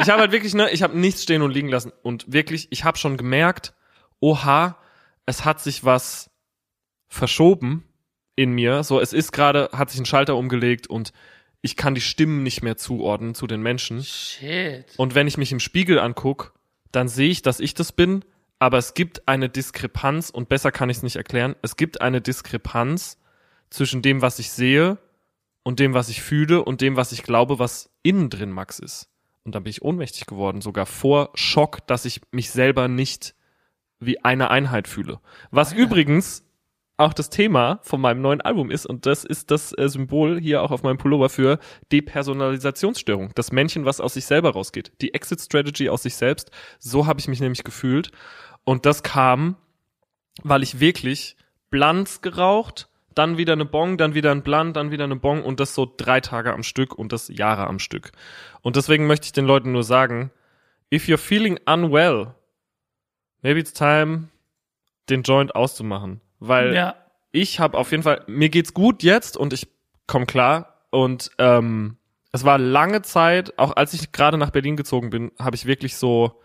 [SPEAKER 4] ich habe halt wirklich, ne, ich habe nichts stehen und liegen lassen. Und wirklich, ich habe schon gemerkt, oha, es hat sich was verschoben in mir. So, es ist gerade, hat sich ein Schalter umgelegt und ich kann die Stimmen nicht mehr zuordnen zu den Menschen.
[SPEAKER 3] Shit.
[SPEAKER 4] Und wenn ich mich im Spiegel anguck, dann sehe ich, dass ich das bin, aber es gibt eine Diskrepanz und besser kann ich es nicht erklären. Es gibt eine Diskrepanz zwischen dem, was ich sehe und dem, was ich fühle und dem, was ich glaube, was innen drin Max ist. Und dann bin ich ohnmächtig geworden, sogar vor Schock, dass ich mich selber nicht wie eine Einheit fühle. Was übrigens auch das Thema von meinem neuen Album ist und das ist das äh, Symbol hier auch auf meinem Pullover für Depersonalisationsstörung. Das Männchen, was aus sich selber rausgeht. Die Exit Strategy aus sich selbst. So habe ich mich nämlich gefühlt. Und das kam, weil ich wirklich Blunts geraucht, dann wieder eine Bong, dann wieder ein Blunt, dann wieder eine Bong und das so drei Tage am Stück und das Jahre am Stück. Und deswegen möchte ich den Leuten nur sagen, if you're feeling unwell, maybe it's time, den Joint auszumachen. Weil
[SPEAKER 3] Ja.
[SPEAKER 4] ich habe auf jeden Fall, mir geht's gut jetzt und ich komme klar. Und ähm, es war lange Zeit, auch als ich gerade nach Berlin gezogen bin, habe ich wirklich so,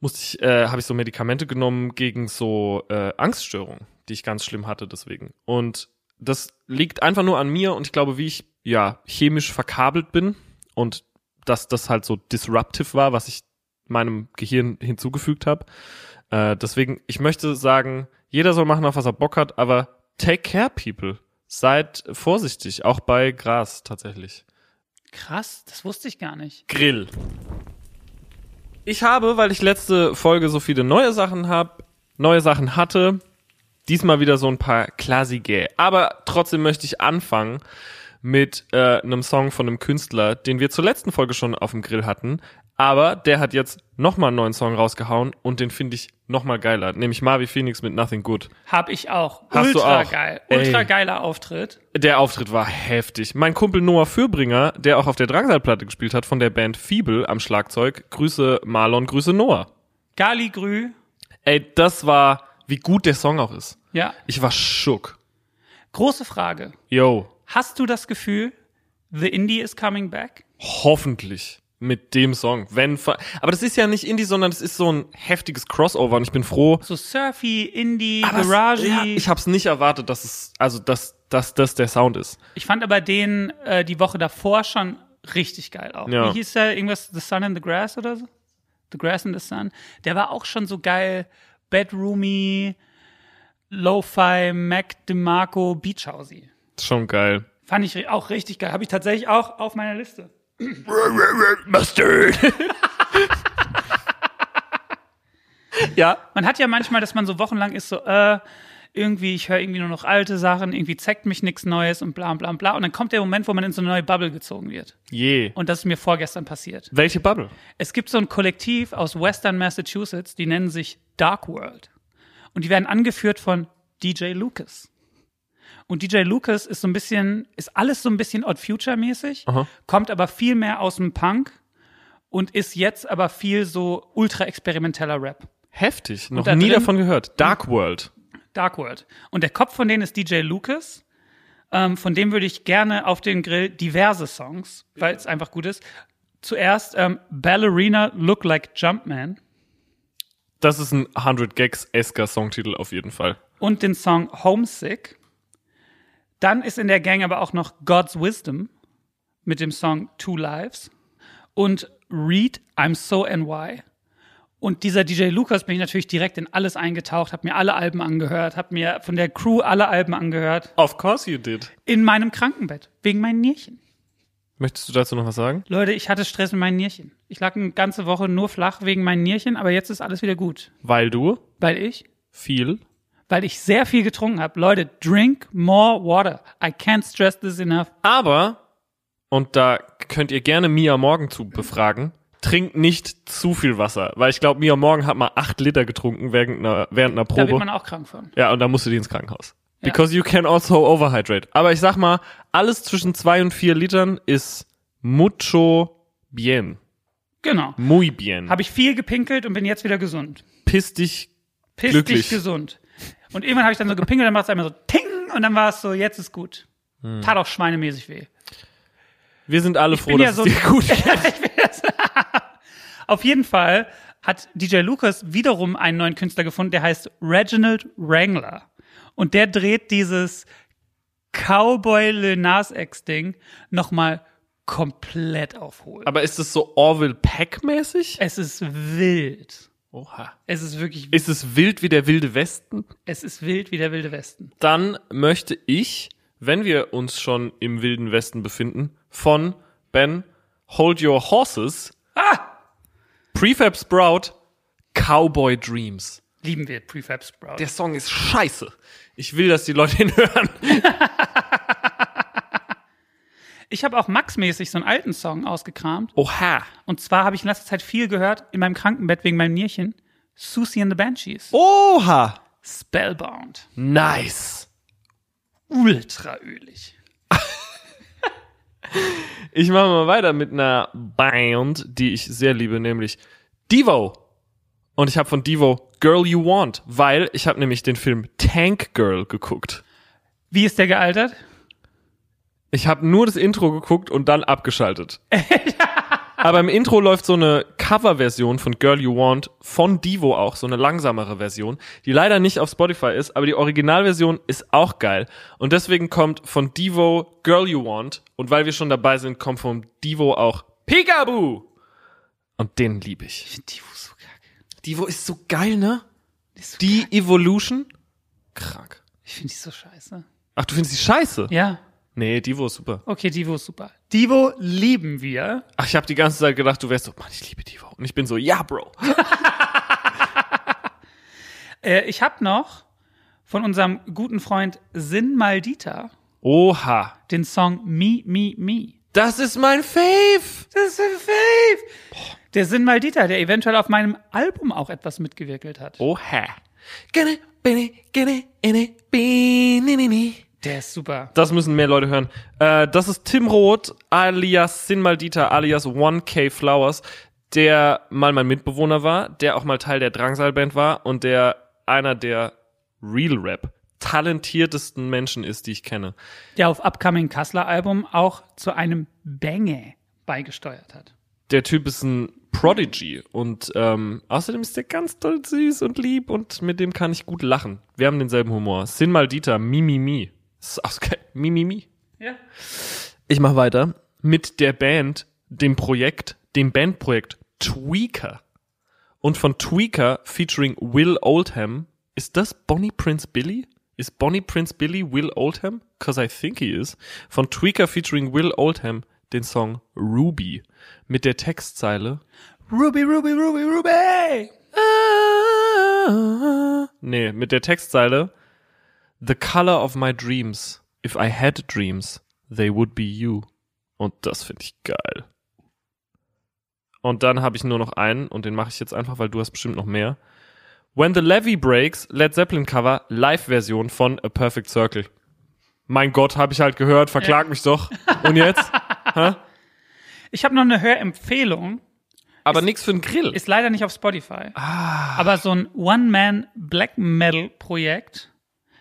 [SPEAKER 4] musste ich, äh, habe ich so Medikamente genommen gegen so äh, Angststörungen, die ich ganz schlimm hatte deswegen. Und das liegt einfach nur an mir und ich glaube, wie ich ja chemisch verkabelt bin und dass das halt so disruptive war, was ich meinem Gehirn hinzugefügt habe. Äh, deswegen, ich möchte sagen, jeder soll machen, auf was er Bock hat, aber take care, people. Seid vorsichtig, auch bei Gras tatsächlich.
[SPEAKER 3] Krass, das wusste ich gar nicht.
[SPEAKER 4] Grill. Ich habe, weil ich letzte Folge so viele neue Sachen habe, neue Sachen hatte, diesmal wieder so ein paar Klassiker. Aber trotzdem möchte ich anfangen mit äh, einem Song von einem Künstler, den wir zur letzten Folge schon auf dem Grill hatten. Aber der hat jetzt nochmal einen neuen Song rausgehauen und den finde ich nochmal geiler, nämlich Marvi Phoenix mit Nothing Good.
[SPEAKER 3] Hab ich auch.
[SPEAKER 4] Hast du
[SPEAKER 3] Ultra
[SPEAKER 4] auch.
[SPEAKER 3] geil.
[SPEAKER 4] Ey.
[SPEAKER 3] Ultra geiler Auftritt.
[SPEAKER 4] Der Auftritt war heftig. Mein Kumpel Noah Fürbringer, der auch auf der Drangsalplatte gespielt hat von der Band Fiebel am Schlagzeug. Grüße Marlon, Grüße Noah.
[SPEAKER 3] Galigrü.
[SPEAKER 4] Ey, das war, wie gut der Song auch ist.
[SPEAKER 3] Ja.
[SPEAKER 4] Ich war schock.
[SPEAKER 3] Große Frage.
[SPEAKER 4] Yo,
[SPEAKER 3] Hast du das Gefühl, The Indie is coming back?
[SPEAKER 4] hoffentlich mit dem Song. Wenn, ver- aber das ist ja nicht Indie, sondern das ist so ein heftiges Crossover und ich bin froh.
[SPEAKER 3] So Surfy, Indie,
[SPEAKER 4] Aber es-
[SPEAKER 3] Garage.
[SPEAKER 4] ja,
[SPEAKER 3] ich,
[SPEAKER 4] ich hab's nicht erwartet, dass es, also, dass, dass das der Sound ist.
[SPEAKER 3] fand aber den äh, die Woche davor schon richtig geil auch.
[SPEAKER 4] Ja.
[SPEAKER 3] Wie hieß der? Irgendwas The Sun and the Grass oder so? The Grass and the Sun. Der war auch schon so geil. Bedroomy, Lo-Fi, Mac DeMarco, Beach Housey.
[SPEAKER 4] Schon geil.
[SPEAKER 3] Fand ich ri- auch richtig geil. Habe ich tatsächlich auch auf meiner Liste.
[SPEAKER 4] Mustard. ja,
[SPEAKER 3] Man hat ja manchmal, dass man so wochenlang ist, so, äh, irgendwie, ich höre irgendwie nur noch alte Sachen, irgendwie zeigt mich nichts Neues und bla bla bla. Und dann kommt der Moment, wo man in so eine neue Bubble gezogen wird.
[SPEAKER 4] Je.
[SPEAKER 3] Und das ist mir vorgestern passiert.
[SPEAKER 4] Welche Bubble?
[SPEAKER 3] Es gibt so ein Kollektiv aus Western Massachusetts, die nennen sich Dark World. Und die werden angeführt von DJ Lucas. Und DJ Lucas ist so ein bisschen, ist alles so ein bisschen Odd Future-mäßig, kommt aber viel mehr aus dem Punk und ist jetzt aber viel so ultra-experimenteller Rap.
[SPEAKER 4] Heftig. Noch
[SPEAKER 3] da
[SPEAKER 4] nie
[SPEAKER 3] drin-
[SPEAKER 4] davon gehört. Dark World.
[SPEAKER 3] Dark World. Und der Kopf von denen ist DJ Lucas. Ähm, von dem würde ich gerne auf den Grill diverse Songs, weil es einfach gut ist. Zuerst ähm, Ballerina Look Like Jumpman
[SPEAKER 4] Das ist ein 100 Gags Esker Songtitel auf jeden Fall.
[SPEAKER 3] und den Song Homesick. Dann ist in der Gang aber auch noch God's Wisdom mit dem Song Two Lives und Read I'm So NY. Und dieser DJ Lukas bin ich natürlich direkt in alles eingetaucht, habe mir alle Alben angehört, habe mir von der Crew alle Alben angehört.
[SPEAKER 4] Of course you did.
[SPEAKER 3] In meinem Krankenbett. Wegen meinen Nierchen.
[SPEAKER 4] Möchtest du dazu noch was sagen?
[SPEAKER 3] Leute, ich hatte Stress mit meinen Nierchen. Ich lag eine ganze Woche nur flach wegen meinen Nierchen, aber jetzt ist alles wieder gut.
[SPEAKER 4] Weil du
[SPEAKER 3] Weil ich,
[SPEAKER 4] viel.
[SPEAKER 3] weil ich sehr viel getrunken habe. Leute, drink more water. I can't stress this enough.
[SPEAKER 4] Aber, und da könnt ihr gerne Mia Morgen zu befragen, trinkt nicht zu viel Wasser. Weil ich glaube, Mia Morgen hat mal 8 Liter getrunken während einer, während einer
[SPEAKER 3] Da wird
[SPEAKER 4] Probe.
[SPEAKER 3] man auch krank von.
[SPEAKER 4] Ja, und dann musst du die ins Krankenhaus. Because you can also overhydrate. Aber ich sag mal, alles zwischen 2 und 4 Litern ist mucho bien.
[SPEAKER 3] Genau.
[SPEAKER 4] Muy bien.
[SPEAKER 3] Habe ich viel gepinkelt und bin jetzt wieder gesund.
[SPEAKER 4] Piss dich
[SPEAKER 3] Piss
[SPEAKER 4] Glücklich.
[SPEAKER 3] dich gesund. Und irgendwann habe ich dann so gepinkelt, dann macht es einmal so Ting und dann war es so, jetzt ist gut.
[SPEAKER 4] Hm.
[SPEAKER 3] Tat auch schweinemäßig weh.
[SPEAKER 4] Wir sind alle froh,
[SPEAKER 3] bin ja
[SPEAKER 4] dass
[SPEAKER 3] so-
[SPEAKER 4] es dir gut geht.
[SPEAKER 3] Auf jeden Fall hat DJ Lucas wiederum einen neuen Künstler gefunden, der heißt Reginald Wrangler. Und der dreht dieses Cowboy Lil Nas X Ding nochmal komplett auf Hohl.
[SPEAKER 4] Aber ist es so Orville Peck-mäßig?
[SPEAKER 3] es ist wild.
[SPEAKER 4] Oha.
[SPEAKER 3] Es ist wirklich,
[SPEAKER 4] Ist es wild wie der Wilde Westen?
[SPEAKER 3] es ist wild wie der Wilde Westen.
[SPEAKER 4] Dann möchte ich, wenn wir uns schon im Wilden Westen befinden, von Ben Hold Your Horses, ah! Prefab Sprout, Cowboy Dreams.
[SPEAKER 3] Lieben wir Prefab Sprout.
[SPEAKER 4] Der Song ist scheiße. Ich will, dass die Leute ihn hören.
[SPEAKER 3] ich habe auch Max-mäßig so einen alten Song ausgekramt.
[SPEAKER 4] Oha.
[SPEAKER 3] Und zwar habe ich in letzter Zeit viel gehört in meinem Krankenbett wegen meinem Nierchen. Susie and the Banshees.
[SPEAKER 4] Oha.
[SPEAKER 3] Spellbound.
[SPEAKER 4] Nice.
[SPEAKER 3] Ultra ölig.
[SPEAKER 4] Ich mache mal weiter mit einer Band, die ich sehr liebe, nämlich Devo. Und ich habe von Devo Girl You Want, weil ich habe nämlich den Film Tank Girl geguckt.
[SPEAKER 3] Wie ist der gealtert?
[SPEAKER 4] Ich habe nur das Intro geguckt und dann abgeschaltet. Aber im Intro läuft so eine Coverversion von Girl You Want von Devo auch, so eine langsamere Version, die leider nicht auf Spotify ist, aber die Originalversion ist auch geil. Und deswegen kommt von Devo Girl You Want und weil wir schon dabei sind, kommt von Devo auch Peekaboo. Und den liebe ich.
[SPEAKER 3] Die ist so kacke.
[SPEAKER 4] Devo ist so geil, ne?
[SPEAKER 3] Die ist so
[SPEAKER 4] Die Evolution? Krank.
[SPEAKER 3] Ich finde die so scheiße.
[SPEAKER 4] Ach, du findest die scheiße?
[SPEAKER 3] Ja.
[SPEAKER 4] Nee, Devo ist super.
[SPEAKER 3] Okay, Divo ist super. Divo lieben wir.
[SPEAKER 4] Ach, ich habe die ganze Zeit gedacht, du wärst so, Mann, ich liebe Divo. Und ich bin so, ja, Bro.
[SPEAKER 3] Äh, ich habe noch von unserem guten Freund Sin Maldita
[SPEAKER 4] Oha.
[SPEAKER 3] den Song Me, Me, Me.
[SPEAKER 4] Das ist mein Fave.
[SPEAKER 3] Das ist ein Fave. Der Sin Maldita, der eventuell auf meinem Album auch etwas mitgewirkelt hat.
[SPEAKER 4] Oha. Gene, bene, gene, ene, bene, ne, ne.
[SPEAKER 3] Der ist super.
[SPEAKER 4] Das müssen mehr Leute hören. Äh, das ist Tim Roth alias Sin Maldita alias 1K Flowers, der mal mein Mitbewohner war, der auch mal Teil der Drangsalband war und der einer der Real Rap talentiertesten Menschen ist, die ich kenne.
[SPEAKER 3] Der auf Upcoming Kassler Album auch zu einem Bänge beigesteuert hat.
[SPEAKER 4] der Typ ist ein Prodigy und ähm, außerdem ist der ganz doll süß und lieb und mit dem kann ich gut lachen. Wir haben denselben Humor. Sin Maldita, Mimimi. Das ist auch geil. Mimimi.
[SPEAKER 3] Ja.
[SPEAKER 4] Ich mach weiter mit der Band, dem Projekt, dem Bandprojekt Tweaker. Und von Tweaker featuring Will Oldham. Ist das Bonnie Prince Billy? Ist Bonnie Prince Billy Will Oldham? Cause I think he is. Von Tweaker featuring Will Oldham den Song Ruby mit der Textzeile
[SPEAKER 3] Ruby, Ruby, Ruby, Ruby.
[SPEAKER 4] Nee, mit der Textzeile The color of my dreams. If I had dreams, they would be you. Und das finde ich geil. Und dann habe ich nur noch einen und den mache ich jetzt einfach, weil du hast bestimmt noch mehr. When the Levy Breaks, Led Zeppelin Cover, Live-Version von A Perfect Circle. Mein Gott, habe ich halt gehört, verklag mich doch. Und jetzt?
[SPEAKER 3] Ich habe noch eine Hörempfehlung.
[SPEAKER 4] Aber nix für den Grill.
[SPEAKER 3] Ist leider nicht auf Spotify.
[SPEAKER 4] Ah.
[SPEAKER 3] Aber so ein One-Man-Black-Metal-Projekt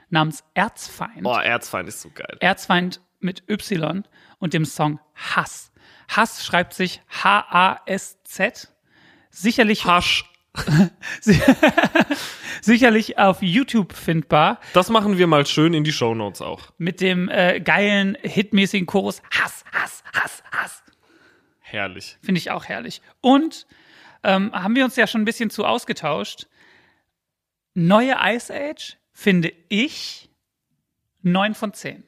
[SPEAKER 3] namens Erzfeind.
[SPEAKER 4] Boah, Erzfeind ist so geil.
[SPEAKER 3] Erzfeind mit Y und dem Song Hass. Hass schreibt sich H-A-S-Z. Sicherlich,
[SPEAKER 4] Hasch.
[SPEAKER 3] sicherlich auf YouTube findbar
[SPEAKER 4] Das machen wir mal schön in die Shownotes auch.
[SPEAKER 3] mit dem äh, geilen, hitmäßigen Chorus Hass, Hass, Hass, Hass.
[SPEAKER 4] Herrlich.
[SPEAKER 3] Finde ich auch herrlich. Und ähm, haben wir uns ja schon ein bisschen zu ausgetauscht. Neue Ice Age finde ich 9 von 10.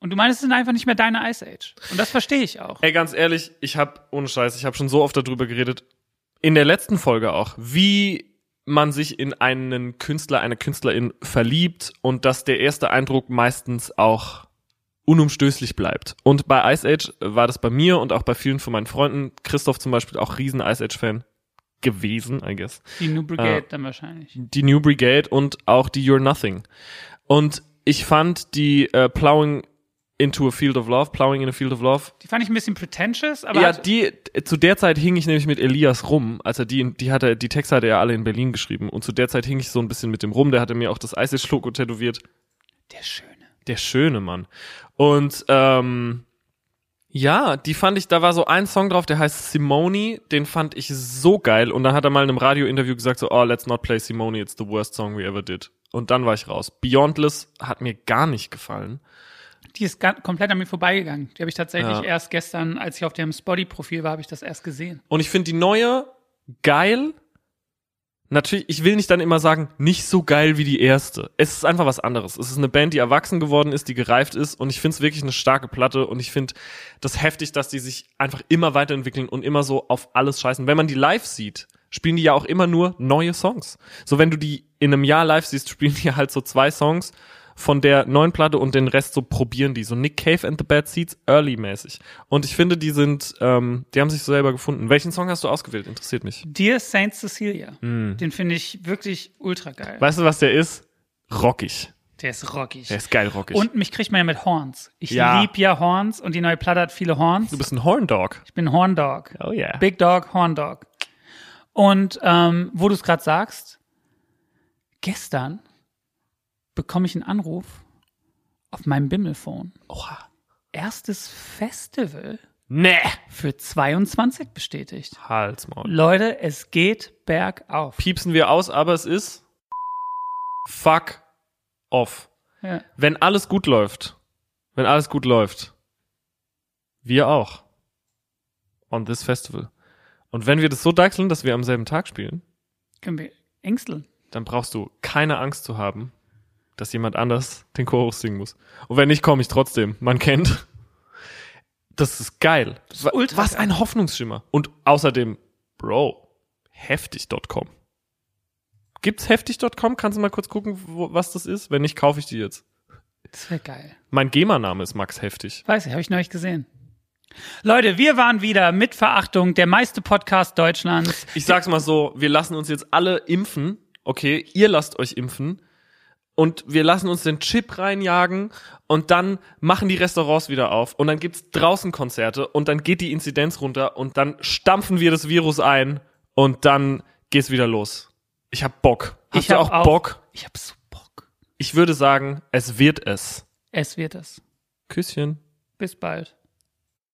[SPEAKER 3] Und du meinst, es sind einfach nicht mehr deine Ice Age. Und das verstehe ich auch.
[SPEAKER 4] Ey, ganz ehrlich, ich habe ohne Scheiß, ich habe schon so oft darüber geredet, in der letzten Folge auch, wie man sich in einen Künstler, eine Künstlerin verliebt und dass der erste Eindruck meistens auch unumstößlich bleibt. Und bei Ice Age war das bei mir und auch bei vielen von meinen Freunden, Christoph zum Beispiel, auch riesen Ice Age-Fan gewesen, I guess.
[SPEAKER 3] Die New Brigade dann wahrscheinlich.
[SPEAKER 4] die New Brigade und auch die You're Nothing. Und ich fand die äh, Plowing into a Field of Love, Plowing in a Field of Love,
[SPEAKER 3] Die fand ich ein bisschen pretentious, aber
[SPEAKER 4] ja,
[SPEAKER 3] hat-
[SPEAKER 4] die, zu der Zeit hing ich nämlich mit Elias rum, als er die, die hatte, die Texte hatte er alle in Berlin geschrieben und zu der Zeit hing ich so ein bisschen mit dem rum, der hatte mir auch das Ice Age Logo tätowiert.
[SPEAKER 3] der Schöne.
[SPEAKER 4] Der schöne Mann. Und ähm, ja, die fand ich, da war so ein Song drauf, der heißt Simone, den fand ich so geil. Und dann hat er mal in einem Radiointerview gesagt, so, oh, let's not play Simone, it's the worst song we ever did. Und dann war ich raus. Beyondless hat mir gar nicht gefallen.
[SPEAKER 3] Die ist ga- komplett an mir vorbeigegangen. Die habe ich tatsächlich
[SPEAKER 4] Ja.
[SPEAKER 3] erst gestern, als ich auf dem Spotty-Profil war, habe ich das erst gesehen.
[SPEAKER 4] Und ich finde die neue geil. Natürlich, ich will nicht dann immer sagen, nicht so geil wie die erste. Es ist einfach was anderes. Es ist eine Band, die erwachsen geworden ist, die gereift ist und ich finde es wirklich eine starke Platte und ich finde das heftig, dass die sich einfach immer weiterentwickeln und immer so auf alles scheißen. Wenn man die live sieht, spielen die ja auch immer nur neue Songs. So wenn du die in einem Jahr live siehst, spielen die halt so zwei Songs von der neuen Platte und den Rest so probieren die. So Nick Cave and the Bad Seeds early mäßig. Und ich finde, die sind, ähm, die haben sich so selber gefunden. Welchen Song hast du ausgewählt? Interessiert mich.
[SPEAKER 3] Dear Saint Cecilia,
[SPEAKER 4] Hm.
[SPEAKER 3] den finde ich wirklich ultra geil.
[SPEAKER 4] Weißt du, was der ist? Rockig.
[SPEAKER 3] Der ist rockig.
[SPEAKER 4] Der ist geil rockig.
[SPEAKER 3] Und mich kriegt man ja mit Horns. Ich
[SPEAKER 4] Ja.
[SPEAKER 3] lieb ja Horns und die neue Platte hat viele Horns.
[SPEAKER 4] du bist ein Horndog.
[SPEAKER 3] Ich bin Horndog.
[SPEAKER 4] Oh yeah.
[SPEAKER 3] Big Dog, Horndog. Und ähm, wo du es gerade sagst, gestern bekomme ich einen Anruf auf meinem Bimmelphone.
[SPEAKER 4] Oha.
[SPEAKER 3] Erstes Festival
[SPEAKER 4] Nee.
[SPEAKER 3] für 22 bestätigt.
[SPEAKER 4] Halsmaul.
[SPEAKER 3] Leute, es geht bergauf.
[SPEAKER 4] Piepsen wir aus, aber es ist fuck off.
[SPEAKER 3] Ja.
[SPEAKER 4] Wenn alles gut läuft, wenn alles gut läuft, wir auch. On this festival. Und wenn wir das so deichseln, dass wir am selben Tag spielen,
[SPEAKER 3] Können wir ängsteln.
[SPEAKER 4] dann brauchst du keine Angst zu haben, dass jemand anders den Chorus singen muss. Und wenn nicht, komme ich trotzdem. Man kennt. Das ist geil. Wa-
[SPEAKER 3] ultra
[SPEAKER 4] Was
[SPEAKER 3] geil.
[SPEAKER 4] ein Hoffnungsschimmer. Und außerdem, Bro, heftig.com. Gibt's heftig.com? Kannst du mal kurz gucken, wo, was das ist? Wenn nicht, kaufe ich die jetzt.
[SPEAKER 3] Das wäre geil.
[SPEAKER 4] Mein GEMA-Name ist Max Heftig.
[SPEAKER 3] Weiß ich, habe ich neulich gesehen. Leute, wir waren wieder mit Verachtung der meiste Podcast Deutschlands.
[SPEAKER 4] Ich sag's mal so, wir lassen uns jetzt alle impfen. Okay, ihr lasst euch impfen. Und wir lassen uns den Chip reinjagen und dann machen die Restaurants wieder auf und dann gibt's draußen Konzerte und dann geht die Inzidenz runter und dann stampfen wir das Virus ein und dann geht's wieder los. Ich hab Bock. Hast
[SPEAKER 3] Ich
[SPEAKER 4] du
[SPEAKER 3] hab
[SPEAKER 4] auch
[SPEAKER 3] auch-
[SPEAKER 4] Bock?
[SPEAKER 3] Ich habe so Bock.
[SPEAKER 4] Ich würde sagen, es wird es.
[SPEAKER 3] Es wird es.
[SPEAKER 4] Küsschen.
[SPEAKER 3] Bis bald.